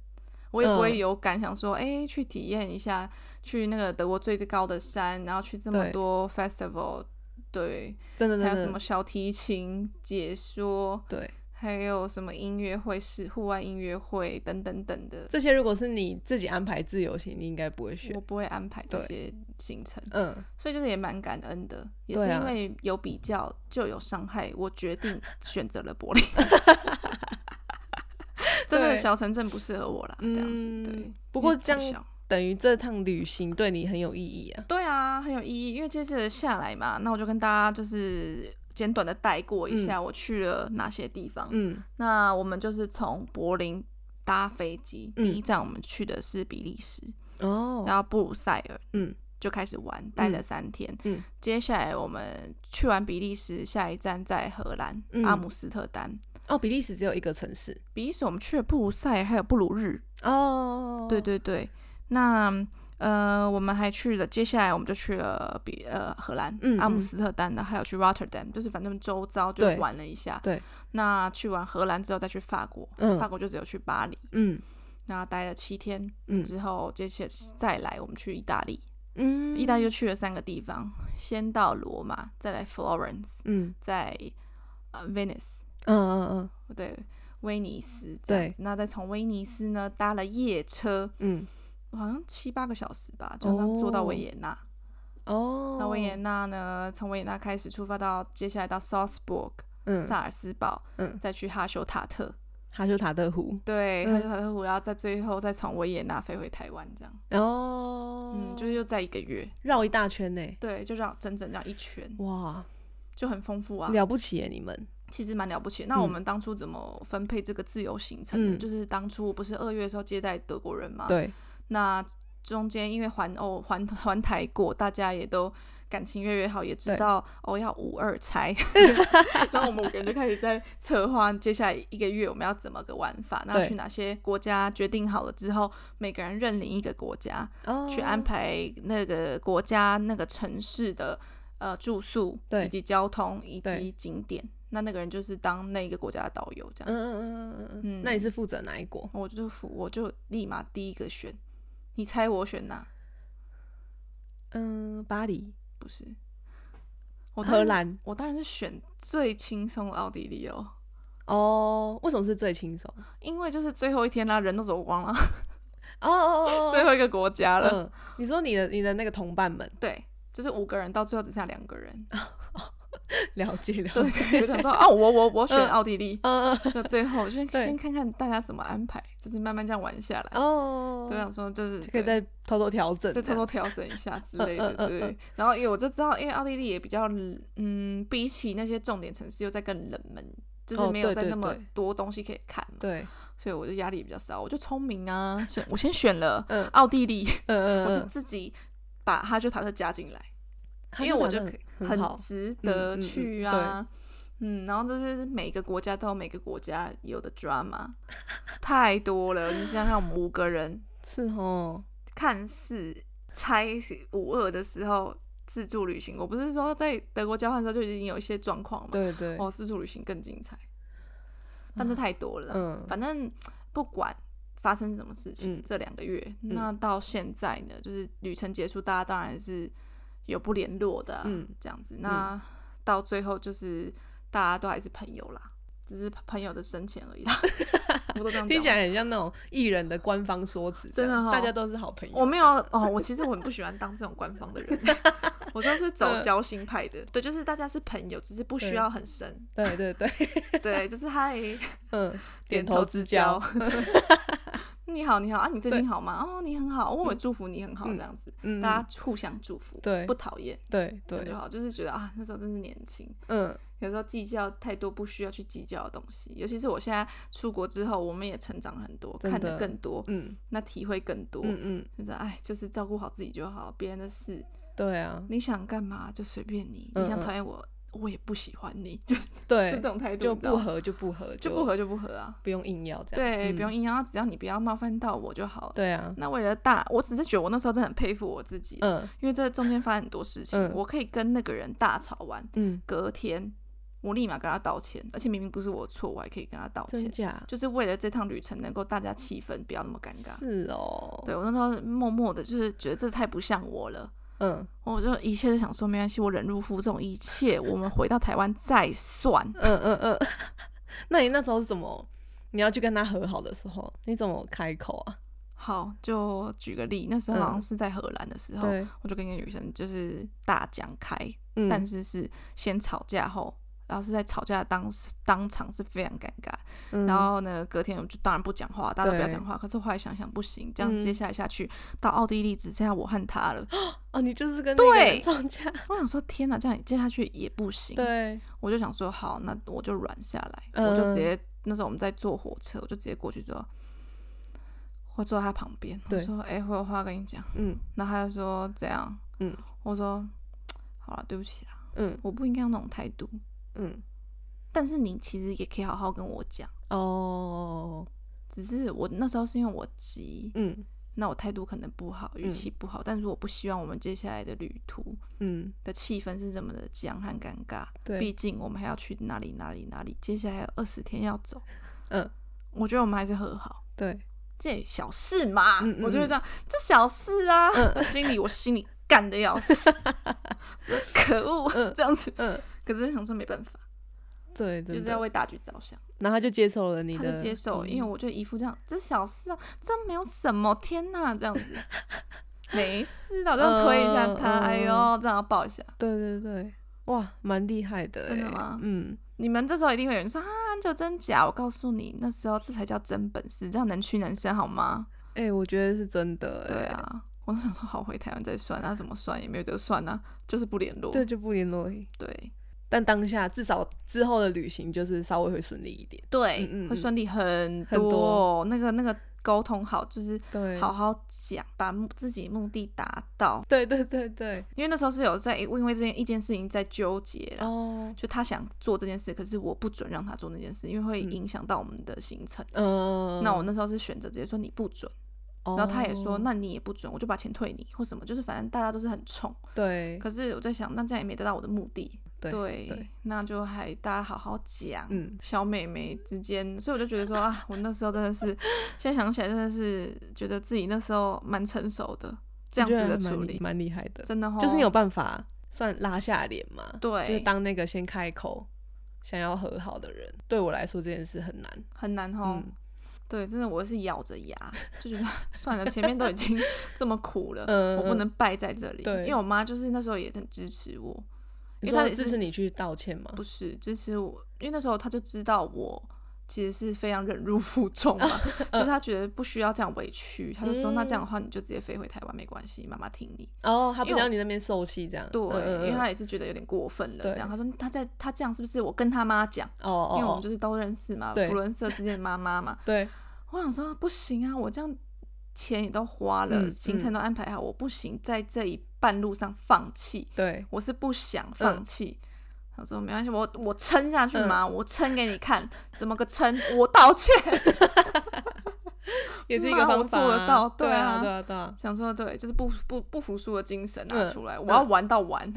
S1: 我也不
S2: 嗯
S1: 会有感想说，哎、去体验一下，去那个德国最高的山，然后去这么
S2: 对
S1: 多 festival，对，
S2: 真的真
S1: 还有
S2: 的
S1: 什么小提琴解说，
S2: 对，
S1: 还有什么音乐会、是户外音乐会等等等的，
S2: 这些如果是你自己安排自由行，你应该不会
S1: 我
S2: 学。
S1: 不会安排这
S2: 对
S1: 些行程。
S2: 嗯，
S1: 所以就是也蛮感恩的，也
S2: 对
S1: 是因
S2: 啊
S1: 为有比较就有伤害，我决定选择了柏 林。真的
S2: 对
S1: 小城镇不适合我啦，这样子
S2: 嗯
S1: 对。
S2: 不过
S1: 因为
S2: 这
S1: 太
S2: 样
S1: 小
S2: 等于这趟旅行对你很有意义啊。
S1: 对啊，很有意义，因为接着下来嘛，那我就跟大家就是简短的带过一下我去了哪些地方。
S2: 嗯
S1: 那我们就是从柏林搭飞机，
S2: 嗯
S1: 第一站我们去的是比利时，
S2: 哦，
S1: 然后布鲁塞尔，
S2: 嗯，
S1: 就开始玩，待了三天。
S2: 嗯
S1: 接下来我们去完比利时，下一站在荷兰、
S2: 嗯
S1: 阿姆斯特丹。
S2: 哦，比利时只有一个城市
S1: 比利时我们去了布鲁塞尔，还有布鲁日。
S2: 哦，
S1: 对对对，那呃，我们还去了，接下来我们就去了比呃荷兰、
S2: 嗯
S1: 阿姆
S2: 嗯
S1: 斯特丹的，还有去 Rotterdam，就是反正周遭就
S2: 对
S1: 玩了一下。
S2: 对
S1: 那去完荷兰之后再去法国，
S2: 嗯
S1: 法国就只有去巴黎，
S2: 嗯
S1: 那待了七天。
S2: 嗯
S1: 之后，接下来再来我们去意大利，
S2: 嗯，
S1: 意大利就去了三个地方，先到罗马，再来 Florence，
S2: 嗯
S1: 在呃 Venice，
S2: 嗯嗯嗯
S1: 对，威尼斯这样
S2: 对
S1: 子。那再从威尼斯呢搭了夜车，
S2: 嗯
S1: 好像七八个小时吧，就到坐到维也纳。
S2: 哦，
S1: 那维也纳呢，从维也纳开始出发到接下来到 Salzburg、
S2: 嗯
S1: 萨尔斯堡，
S2: 嗯
S1: 再去哈修塔特，
S2: 哈修塔特湖
S1: 对，
S2: 嗯
S1: 哈修塔特湖，然后再最后再从维也纳飞回台湾，这样，
S2: 哦，
S1: 嗯，就是又在一个月，
S2: 绕一大圈呢，
S1: 对，就让整整这样一圈，
S2: 哇，
S1: 就很丰富啊。
S2: 了不起耶你们，
S1: 其实蛮了不起的。那我
S2: 嗯
S1: 们当初怎么分配这个自由行程呢？
S2: 嗯
S1: 就是当初不是二月的时候接待德国人嘛？。
S2: 对，
S1: 那中间因为环欧环环台过，大家也都感情越来越好，也知
S2: 对
S1: 道哦要五二 拆，然后我们五个人就开始在策划接下来一个月我们要怎么个玩法，那
S2: 对
S1: 去哪些国家？决定好了之后，每个人认领一个国家，
S2: 哦，
S1: 去安排那个国家那个城市的呃住宿，
S2: 对
S1: 以及交通以及
S2: 对
S1: 景点。那那个人就是当那一个国家的导游这
S2: 嗯
S1: 样。
S2: 嗯嗯嗯嗯嗯，那你是负责哪一国？
S1: 我就服，我就立马第一个选你猜我选哪？
S2: 嗯，巴黎、
S1: 不是，我当
S2: 荷
S1: 然是，
S2: 兰
S1: 我当然是选最轻松的奥地利哦，
S2: 哦，为什么是最轻松？
S1: 因为就是最后一天啦、人都走光了，
S2: 哦哦 哦，
S1: 最后一个国家了。
S2: 嗯，你说你的你的那个同伴们，
S1: 对，就是五个人，到最后只剩下两个人。
S2: 了解了
S1: 对
S2: 解，
S1: 对，有点说啊，我我我选
S2: 嗯
S1: 奥地利。
S2: 嗯嗯
S1: 那最后就是
S2: 对
S1: 先看看大家怎么安排，就是慢慢这样玩下来。
S2: 哦，
S1: 对，想啊说就是
S2: 可
S1: 对
S2: 以再偷偷调整这
S1: 再
S2: 样，
S1: 偷偷调整一下之类
S2: 嗯嗯
S1: 的，
S2: 嗯
S1: 对
S2: 嗯。
S1: 然后因为我就知道，因为奥地利也比较冷嗯，比起那些重点城市又再更冷门，就是
S2: 哦
S1: 没有
S2: 对
S1: 再
S2: 对
S1: 那么
S2: 对
S1: 多东西可以看嘛，
S2: 对，
S1: 所以我就压力比较少。我就聪明啊，选我先选了
S2: 嗯
S1: 奥地利，
S2: 嗯嗯
S1: 我就
S2: 嗯，
S1: 自己把哈修塔特加进来，
S2: 他
S1: 因为我
S2: 打
S1: 就
S2: 得
S1: 可以
S2: 很
S1: 很
S2: 好
S1: 值
S2: 嗯
S1: 得
S2: 嗯嗯
S1: 去
S2: 对
S1: 啊。嗯，然后就是每个国家都有每个国家有的 drama，太多了。你想想，我们五个人
S2: 是哦，
S1: 看似拆五二的时候自助旅行，我不是说在德国交换的时候就已经有一些状况嘛？
S2: 对对，
S1: 哦，自助旅行更精彩，但这太多了啦。
S2: 嗯，
S1: 反正不管发生什么事情，
S2: 嗯
S1: 这两个月，那到现在呢，就是旅程结束，大家当然是有不联络的啊、
S2: 嗯
S1: 这样子。那到最后就是大家都还是朋友啦，只是朋友的深浅而已啦。 我都这样
S2: 听
S1: 讲吗。
S2: 起来很像那种艺人的官方说辞这
S1: 真的
S2: 样，
S1: 哦
S2: 大家都是好朋友。
S1: 我没有哦，我其实我很不喜欢当这种官方的人， 我都是走交心派的。对，就是大家是朋友，只是不需
S2: 嗯对
S1: 要很深。
S2: 对对对，
S1: 对，就是嗨，
S2: 嗯，点
S1: 头
S2: 头之交，。
S1: 你好，你好啊，你最近
S2: 对
S1: 好吗？哦，你很好，我也祝福你很好，这样子，
S2: 嗯，
S1: 大家互相祝福，
S2: 对
S1: 不讨厌，
S2: 对
S1: 这样就
S2: 对，
S1: 好。就是觉得啊，那时候真是年轻，
S2: 嗯
S1: 有时候计较太多不需要去计较的东西。尤其是我现在出国之后，我们也成长很多，
S2: 真
S1: 看
S2: 的
S1: 得更多，
S2: 嗯
S1: 那体会更多。
S2: 嗯嗯，
S1: 就是哎，就是照顾好自己就好，别人的事
S2: 对啊，
S1: 你想干嘛就随便你，
S2: 嗯
S1: 你想
S2: 嗯
S1: 讨厌我，我也不喜欢你，就这
S2: 对，
S1: 种态度，
S2: 就
S1: 你知道
S2: 不
S1: 吗
S2: 合就不合，
S1: 就不，合就不合啊。
S2: 不用硬要这样。
S1: 对，
S2: 嗯
S1: 不用硬要，只要你不要冒犯到我就好了。
S2: 对啊，
S1: 那为了大，我只是觉得我那时候真的很佩服我自己，
S2: 嗯
S1: 因为这中间发生很多事情，
S2: 嗯
S1: 我可以跟那个人大吵完，
S2: 嗯，
S1: 隔天我立马跟他道歉，而且明明不是我的错，我还可以跟他道
S2: 真
S1: 歉，
S2: 假？
S1: 就是为了这趟旅程能够大家气氛不要那么尴尬。
S2: 是哦，
S1: 对我那时候默默的，就是觉得这太不像我了，
S2: 嗯
S1: 我就一切都想说没关系，我忍辱负重，一切我们回到台湾再算。
S2: 嗯嗯嗯。 那你那时候是怎么？你要去跟他和好的时候，你怎么开口啊？
S1: 好，就举个例，那时候好像
S2: 嗯
S1: 是在荷兰的时候，
S2: 对，
S1: 我就跟一个女生就是大讲开，
S2: 嗯，
S1: 但是是先吵架后，然后是在吵架的当时当场是非常尴尬。
S2: 嗯
S1: 然后呢，隔天我就当然不讲话，大家都不要
S2: 对
S1: 讲话。可是后来想想不行，这样
S2: 嗯
S1: 接下来下去、到奥地利只剩下我和他了。
S2: 哦，你就是跟那个人
S1: 对
S2: 吵 架，
S1: 我想说，天哪，这样接下去也不行。
S2: 对，
S1: 我就想说，好，那我就软下来，
S2: 嗯
S1: 我就直接那时候我们在坐火车，我就直接过去说，我坐在他旁边，我
S2: 对
S1: 说，哎、我有话跟你讲。
S2: 嗯
S1: 然后他就说怎样？
S2: 嗯，
S1: 我说好了，对不起啊，
S2: 嗯
S1: 我不应该用那种态度。
S2: 嗯，
S1: 但是你其实也可以好好跟我讲，
S2: 哦，
S1: 只是我那时候是因为我急，
S2: 嗯
S1: 那我态度可能不好，语
S2: 嗯
S1: 气不好，但是我不希望我们接下来的旅途
S2: 嗯，
S1: 的气氛是这么的僵和尴尬。毕
S2: 对，
S1: 竟我们还要去哪里哪里哪里，接下来还有二十天要走。
S2: 嗯，
S1: 我觉得我们还是和好。
S2: 对，
S1: 这小事嘛，
S2: 嗯嗯嗯
S1: 我就会这样，这小事啊，心里我心里干的要死， 说可恶，这样子，
S2: 嗯，
S1: 可是想说没办法，
S2: 对，
S1: 就
S2: 真
S1: 是
S2: 的
S1: 要为大局着想，
S2: 然后他就接受了你
S1: 他
S2: 的，
S1: 就接受，因为
S2: 为
S1: 我就一副这样，这小事啊，这没有什么，天哪，这样子， 没事的，我就推一下他，
S2: 嗯嗯
S1: 哎呦，这样抱一下。
S2: 对对对，哇，蛮厉害的欸，
S1: 真的吗
S2: 嗯，
S1: 你们这时候一定会有人说啊，就真假，我告诉你，那时候这才叫真本事，这样能屈能伸好吗？
S2: 哎，我觉得是真的，欸
S1: 对，啊。我就想说，好回台湾再算啊，怎么算也没有得算啊，就是不联络。
S2: 对，就不联络。
S1: 对
S2: 但当下至少之后的旅行就是稍微会顺利一点，
S1: 对，
S2: 嗯嗯
S1: 会
S2: 嗯
S1: 顺利很
S2: 很多
S1: 那个那个沟通好，就是
S2: 对，
S1: 好，好讲，把目自己目的达到。
S2: 对对对对，
S1: 因为那时候是有在因为这件一件事情在纠结啦
S2: 哦，
S1: 就他想做这件事，可是我不准让他做那件事，因为会影响到我们的行程。
S2: 嗯，
S1: 那我那时候是选择直接说你不准，
S2: 哦，
S1: 然后他也说那你也不准，我就把钱退你或什么，就是反正大家都是很冲。
S2: 对
S1: 可是我在想，那这样也没得到我的目的，
S2: 对
S1: 对，
S2: 对
S1: 那就还大家好好讲，
S2: 嗯，
S1: 小美眉之间，所以我就觉 得说啊，我那时候真的是，现在想起来真的是觉得自己那时候蛮成熟的，这样
S2: 我
S1: 子
S2: 觉得
S1: 的
S2: 蛮
S1: 处
S2: 厉
S1: 理，
S2: 蛮厉害的，
S1: 真的哦，
S2: 就是你有办法算拉下脸嘛，
S1: 对，
S2: 就是当那个先开口想要和好的人，对我来说这件事很难。
S1: 很难哦。
S2: 嗯
S1: 对，真的我是咬着牙，就觉得 算了，前面都已经这么苦了，
S2: 嗯
S1: 我不
S2: 嗯
S1: 能败在这里。
S2: 对
S1: 因为我妈就是那时候也很支持我，
S2: 你
S1: 因为她
S2: 说
S1: 也
S2: 支
S1: 是
S2: 持你去道歉吗？
S1: 不是支持我，因为那时候她就知道我其实是非常忍辱负重 嘛，就是她觉得不需要这样委屈，她就说、那这
S2: 嗯
S1: 样的话你就直接飞回台湾没关系，妈妈挺你。
S2: 哦，他不
S1: 因为我
S2: 想要你那边受气这样。
S1: 对，
S2: 嗯嗯
S1: 因为
S2: 嗯
S1: 她也是觉得有点过分了，
S2: 对
S1: 这样她说她在她这样是不是我跟她妈讲？
S2: 哦哦，
S1: 因为我们
S2: 哦
S1: 就是都认识嘛，
S2: 对
S1: 福伦社之间的妈妈嘛，
S2: 对，
S1: 我想说不行啊，我这样钱也都花了，
S2: 嗯
S1: 行程都安排好，我不行在这一半路上放弃，
S2: 对，
S1: 我是不
S2: 嗯
S1: 想放弃。他说没关系，我我撑下去嘛，我撑给你看，怎么个撑？我道歉。
S2: 也是一
S1: 妈
S2: 个
S1: 我
S2: 方法、
S1: 做得到
S2: 对
S1: 对啊
S2: 对啊，对啊，
S1: 想说对，就是不不不服输的精神拿
S2: 嗯
S1: 出来，我要玩到 完，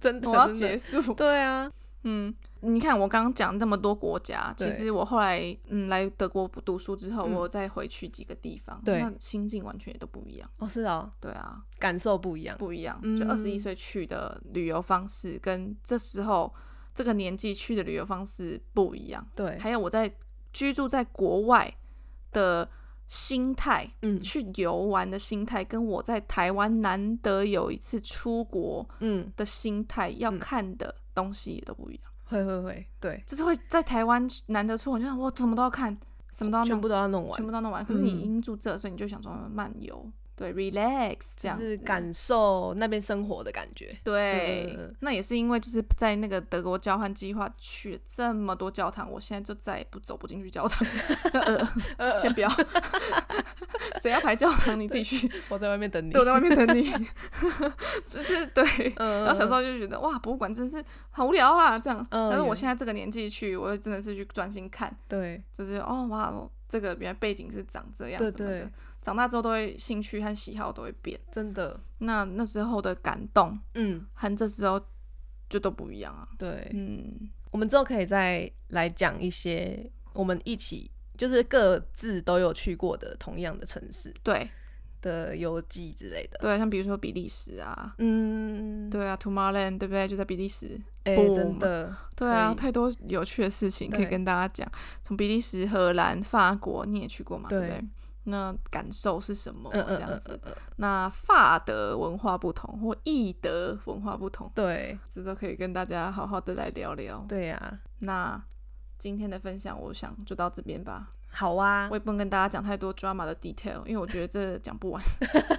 S2: 真的，
S1: 我要
S2: 真的
S1: 结束。
S2: 对啊，
S1: 嗯，你看我刚刚讲那么多国家，
S2: 对
S1: 其实我后来嗯来德国读书之后，
S2: 嗯
S1: 我再回去几个地方，
S2: 对
S1: 那心境完全也都不一样。
S2: 哦是哦，
S1: 对啊，
S2: 感受不一样，
S1: 不一样，
S2: 嗯
S1: 就二十一岁去的旅游方式跟这时候这个年纪去的旅游方式不一样。
S2: 对，
S1: 还有我在居住在国外的心态，
S2: 嗯
S1: 去游玩的心态，跟我在台湾难得有一次出国
S2: 嗯，
S1: 的心态，要看的东西也都不一样。
S2: 会会会，对，
S1: 就是会在台湾难得出国，就想我什么都要看，什么都要弄
S2: 全部都要弄完
S1: 全，部都弄完。可是你
S2: 嗯
S1: 已经住这，所以你就想说漫游，对，relax 这
S2: 就
S1: 样
S2: 是
S1: 子
S2: 感受那边生活的感觉，
S1: 对，
S2: 嗯嗯嗯
S1: 那也是因为就是在那个德国交换计划去了这么多教堂，我现在就再也不走不进去教堂。 呃先不要， 谁要排教堂你自己去，
S2: 我在外面等你
S1: 对，我，在外面等你。 只是对，
S2: 嗯
S1: 然后小时候就觉得哇，博物馆真是好无聊啊，这样。
S2: 嗯
S1: 但是我
S2: 有
S1: 现在这个年纪去，我会真的是去专心看，
S2: 对，
S1: 就是哦哇，哦这个原来背景是长这样
S2: 对
S1: 什么的
S2: 对。
S1: 长大之后都会兴趣和喜好都会变，
S2: 真的，
S1: 那那时候的感动
S2: 嗯，
S1: 和这时候就都不一样啊。
S2: 对，
S1: 嗯，
S2: 我们之后可以再来讲一些我们一起就是各自都有去过的同样的城市
S1: 对
S2: 的游记之类的，
S1: 对，像比如说比利时啊，
S2: 嗯，
S1: 对啊，Tomorrowland 对不对？就在比利时。
S2: 哎、
S1: Boom
S2: 真的，
S1: 对啊，
S2: 可
S1: 太多有趣的事情可以
S2: 对
S1: 跟大家讲。从比利时、荷兰、法国，你也去过嘛？
S2: 对
S1: 对不对？那感受是什么？啊
S2: 嗯嗯
S1: 这样
S2: 嗯
S1: 子
S2: 嗯。嗯，
S1: 那法德文化不同，或意德文化不同，
S2: 对
S1: 这都可以跟大家好好的来聊聊。
S2: 对啊呀、
S1: 那今天的分享，我想就到这边吧。
S2: 好啊
S1: 我，也不能跟大家讲太多 drama 的 detail，因为我觉得这讲不完，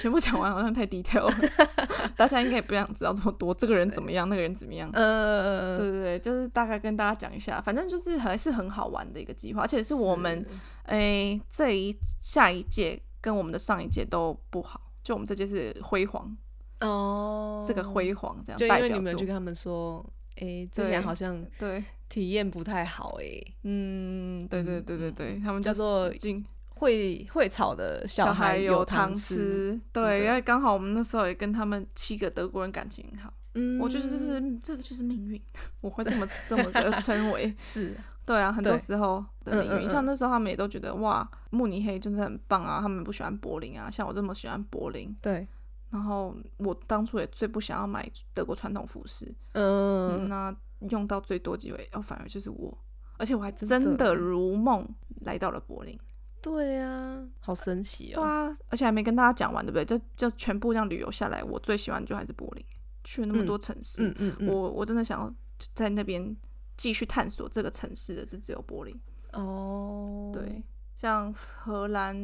S1: 全部讲完好像太 detail 了。 大家应该也不想知道这么多，这个人怎么样，那个人怎么样。对
S2: 呃，
S1: 对对，就是大概跟大家讲一下，反正就是还是很好玩的一个计划，而且是我们诶这一下一届跟我们的上一届都不好，就我们这届是辉煌，
S2: 哦，
S1: 是个辉煌这样
S2: 就因
S1: 代
S2: 为
S1: 表
S2: 你们有
S1: 作
S2: 去跟他们说，哎、之
S1: 对
S2: 前好像
S1: 对，
S2: 体验不太好、哎，
S1: 嗯，对对对对对，他们
S2: 叫
S1: 就
S2: 做
S1: 使劲
S2: 会会吵的
S1: 小
S2: 孩
S1: 有
S2: 糖嗯
S1: 吃，
S2: 真
S1: 对，
S2: 的
S1: 因为刚好我们那时候也跟他们七个德国人感情很好，
S2: 嗯，
S1: 我觉得这是这个就是命运， 我会这么这么 的称为。
S2: 是，
S1: 对啊，很多
S2: 对
S1: 时候的
S2: 嗯
S1: 命运，
S2: 嗯嗯
S1: 像那时候他们也都觉得哇，慕尼黑真的很棒啊，他们不喜欢柏林啊，像我这么喜欢柏林。
S2: 对，
S1: 然后我当初也最不想要买德国传统服饰，
S2: 嗯，
S1: 那用到最多机会哦，反而就是我，而且我还
S2: 真的
S1: 真的如梦来到了柏林。
S2: 对啊，好神奇
S1: 对
S2: 哦，
S1: 啊，而且还没跟大家讲完，对不对？就就全部这样旅游下来，我最喜欢就还是柏林，去了那么多城市，
S2: 嗯嗯嗯，
S1: 我我真的想要在那边继续探索这个城市的，就只有柏林。
S2: 哦，
S1: 对，像荷兰，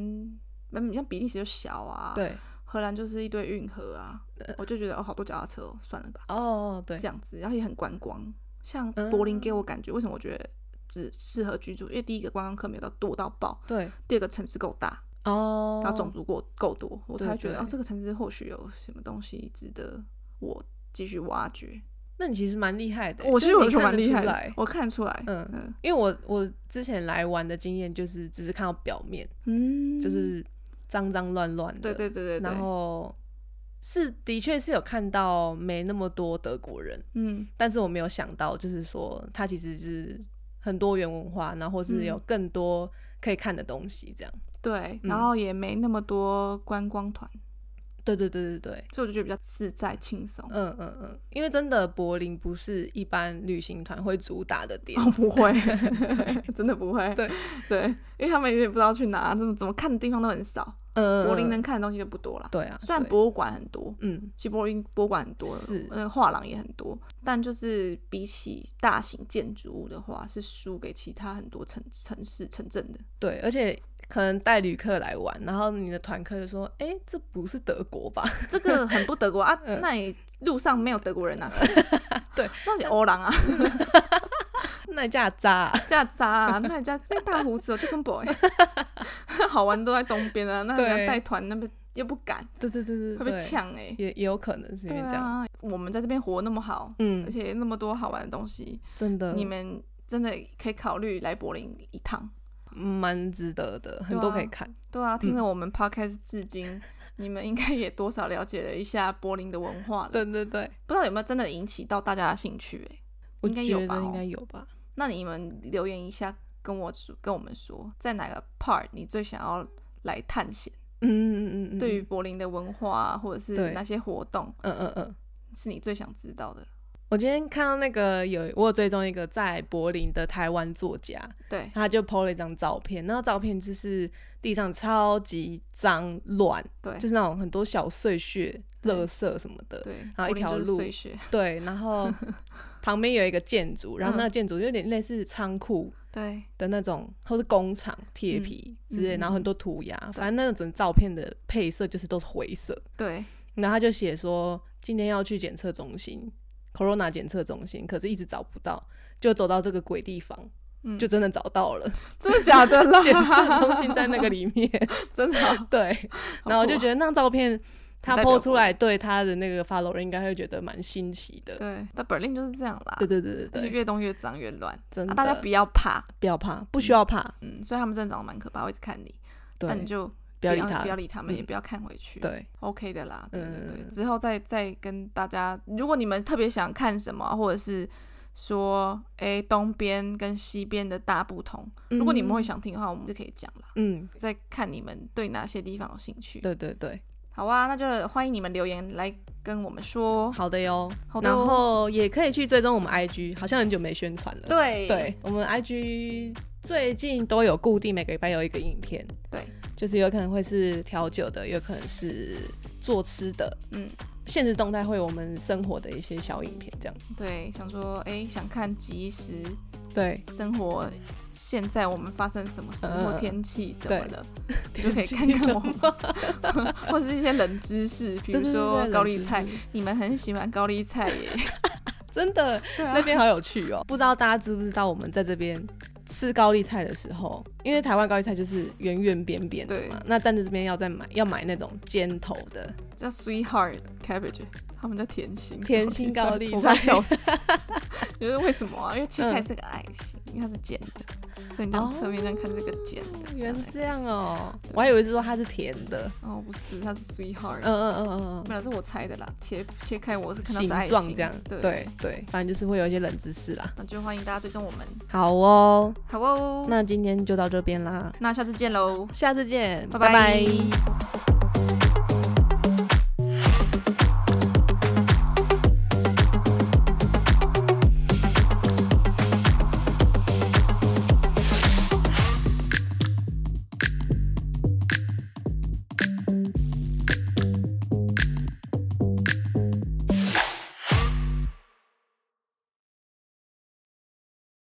S1: 嗯，像比利时就小啊，，
S2: 对，
S1: 荷兰就是一堆运河啊，我就觉得哦，好多脚踏车、哦，算了吧，
S2: 哦对嗯
S1: 这，样子，然后也很观光。像柏林给我感觉，为什么我觉得只适合居住？因为第一个观光客没有到多到爆，
S2: 对，
S1: 第二个城市够大，
S2: 哦，
S1: 然后种族够够多，我才
S2: 对
S1: 会觉得
S2: 对
S1: 哦，这个城市或许有什么东西值得我继续挖掘。
S2: 那你其实蛮厉害的欸，
S1: 我
S2: 就
S1: 其实
S2: 是
S1: 我
S2: 你
S1: 觉得
S2: 看
S1: 蛮
S2: 得
S1: 厉
S2: 出
S1: 害的
S2: 来，
S1: 我看得出来，
S2: 嗯
S1: 嗯
S2: 因为我我之前来玩的经验就是只是看到表面，
S1: 嗯，
S2: 就是脏脏乱乱的，
S1: 对对对对对，
S2: 然后是的确是有看到没那么多德国人，
S1: 嗯
S2: 但是我没有想到，就是说它其实是很多元文化，然后或
S1: 嗯
S2: 是有更多可以看的东西，这样。
S1: 对，
S2: 嗯
S1: 然后也没那么多观光团，
S2: 对对对对对，
S1: 所以我就觉得比较自在轻松。
S2: 嗯嗯嗯，因为真的柏林不是一般旅行团会主打的点。
S1: 哦，不 会，真的不会。
S2: 嗯对
S1: 对，因为他们也不知道去哪，怎么怎么看的地方都很少，
S2: 嗯，
S1: 柏林
S2: 嗯嗯
S1: 能看的东西就不多了。
S2: 对啊，
S1: 虽然
S2: 对，
S1: 博物馆很多，
S2: 嗯
S1: 其实柏林博物馆很多，
S2: 是
S1: 那个画廊也很多，但就是比起大型建筑物的话，是输给其他很多城城市城镇的。
S2: 对，而且可能带旅客来玩，然后你的团客就说：“哎、这不是德国吧？”
S1: 这个很不德国啊，那你路上没有德国人啊？
S2: 嗯 对，
S1: 那些欧郎啊，
S2: 那架渣啊、
S1: 这样渣啊，那人家那大胡子哦就跟 boy，好玩都在东边啊，那人
S2: 对
S1: 家带团那边又不敢，
S2: 对对对对，
S1: 会被
S2: 对，
S1: 抢哎、
S2: 也也有可能是因
S1: 对
S2: 为这样。
S1: 啊，我们在这边活那么好，而
S2: 嗯，
S1: 且那么多好玩的东西，
S2: 真的，
S1: 你们真的可以考虑来柏林一趟。
S2: 嗯蛮值得的，很多可以看。
S1: 对啊，
S2: 嗯
S1: 听了我们 podcast 至今，你们应该也多少了解了一下柏林的文化了。
S2: 对对对，
S1: 不知道有没有真的引起到大家的兴趣、欸？
S2: 我
S1: 应该
S2: 觉
S1: 有吧
S2: 得
S1: 哦
S2: 应该有吧。
S1: 那你们留言一下，跟我说，跟我们说，在哪个 part 你最想要来探险？
S2: 嗯嗯嗯嗯，
S1: 对于
S2: 嗯
S1: 柏林的文化、啊，或者是
S2: 对
S1: 哪些活动
S2: 嗯嗯嗯。
S1: 是你最想知道的？
S2: 我今天看到那个有我有追踪一个在柏林的台湾作家，
S1: 对，
S2: 他就 PO 了一张照片，那张照片就是地上超级脏乱，
S1: 对
S2: 就是那种很多小碎屑、
S1: 对
S2: 垃圾什么的，
S1: 对，
S2: 啊然后一
S1: 柏林就是
S2: 条路
S1: 碎屑，
S2: 对，然 后旁边有一个建筑，然后
S1: 嗯
S2: 那个建筑有点类似仓库
S1: 对，
S2: 的那种，或是工厂铁
S1: 嗯
S2: 皮之类，
S1: 嗯嗯
S2: 然后很多涂鸦，反正那整照片的配色就是都是灰色。
S1: 对，
S2: 然后他就写说今天要去检测中心，corona 检测中心，可是一直找不到，就走到这个鬼地方，
S1: 嗯，
S2: 就真的找 到了，
S1: 真的假的啦？
S2: 检测中心在那个里面。
S1: 真的啊、
S2: 对，然后我就
S1: 得
S2: 觉得那张照片。他
S1: 啊很代表
S2: PO 出来，对他的那个 follow 人应该会觉得蛮新奇的。
S1: 对，但柏林就是这样啦，
S2: 对对对
S1: 而
S2: 对
S1: 且
S2: 对，
S1: 越动越脏越乱，
S2: 真的、
S1: 啊，大家不要怕，
S2: 不要怕，不需要怕，
S1: 嗯，所以他们真的长得蛮可怕，会一直看你，
S2: 对，
S1: 但你就
S2: 不要理他
S1: 不要理他们，
S2: 嗯
S1: 也不要看回去，
S2: 对，
S1: ，OK 的啦，对对对，
S2: 嗯
S1: 之后再再跟大家，如果你们特别想看什么，啊或者是说，哎，东边跟西边的大不同，如果你
S2: 嗯
S1: 们会想听的话，我们就可以讲啦，
S2: 嗯，嗯，
S1: 再看你们对哪些地方有兴趣，
S2: 对对对，
S1: 好啊，那就欢迎你们留言来跟我们说，
S2: 好的哟。
S1: 哦好的
S2: 然
S1: 哦
S2: 后也可以去追踪我们 IG，好像很久没宣传了。
S1: 对
S2: 对，我们 IG 最近都有固定每个礼拜有一个影片，
S1: 对，
S2: 就是有可能会是调酒的，有可能是做吃的，
S1: 嗯。
S2: 现实动态会有我们生活的一些小影片这样。
S1: 对，想说，哎、想看即时
S2: 对，
S1: 生活，现在我们发生什么事
S2: 嗯
S1: 或天气怎
S2: 对
S1: 么了， 就可以看看我们， 或是一些冷知识，比
S2: 比
S1: 如说高丽菜，，你们很喜欢高丽菜 耶，
S2: 真 的
S1: 对啊
S2: 那，边好有趣哦。 不知道大家知不知道，我们在这边吃高丽菜的时候，因为台湾高丽菜就是圆圆扁扁的嘛
S1: 对，
S2: 那但是这边要再买，要买那种尖头的
S1: 叫 sweetheart cabbage，他们叫甜心
S2: 甜心高丽
S1: 我
S2: 菜
S1: 快。笑死， 觉得为什么啊？因为切开
S2: 嗯
S1: 是个爱心，因为它是尖的，所以你这样侧面这样看是个尖的，
S2: 哦原来是这样哦，
S1: 对
S2: 我还以为是说它是甜的。
S1: 哦，不是，它是 sweetheart，
S2: 嗯嗯嗯嗯嗯。
S1: 没有，这我猜的啦，切切开我是看到
S2: 形
S1: 是爱
S2: 状
S1: 心
S2: 这样，
S1: 对
S2: 对对，反正就是会有一些冷知识啦。
S1: 那就欢迎大家追踪我们，
S2: 好哦，
S1: 好哦，那
S2: 那今天就到这边啦，
S1: 那下次见喽，
S2: 下次见，
S1: 拜
S2: 拜
S1: 拜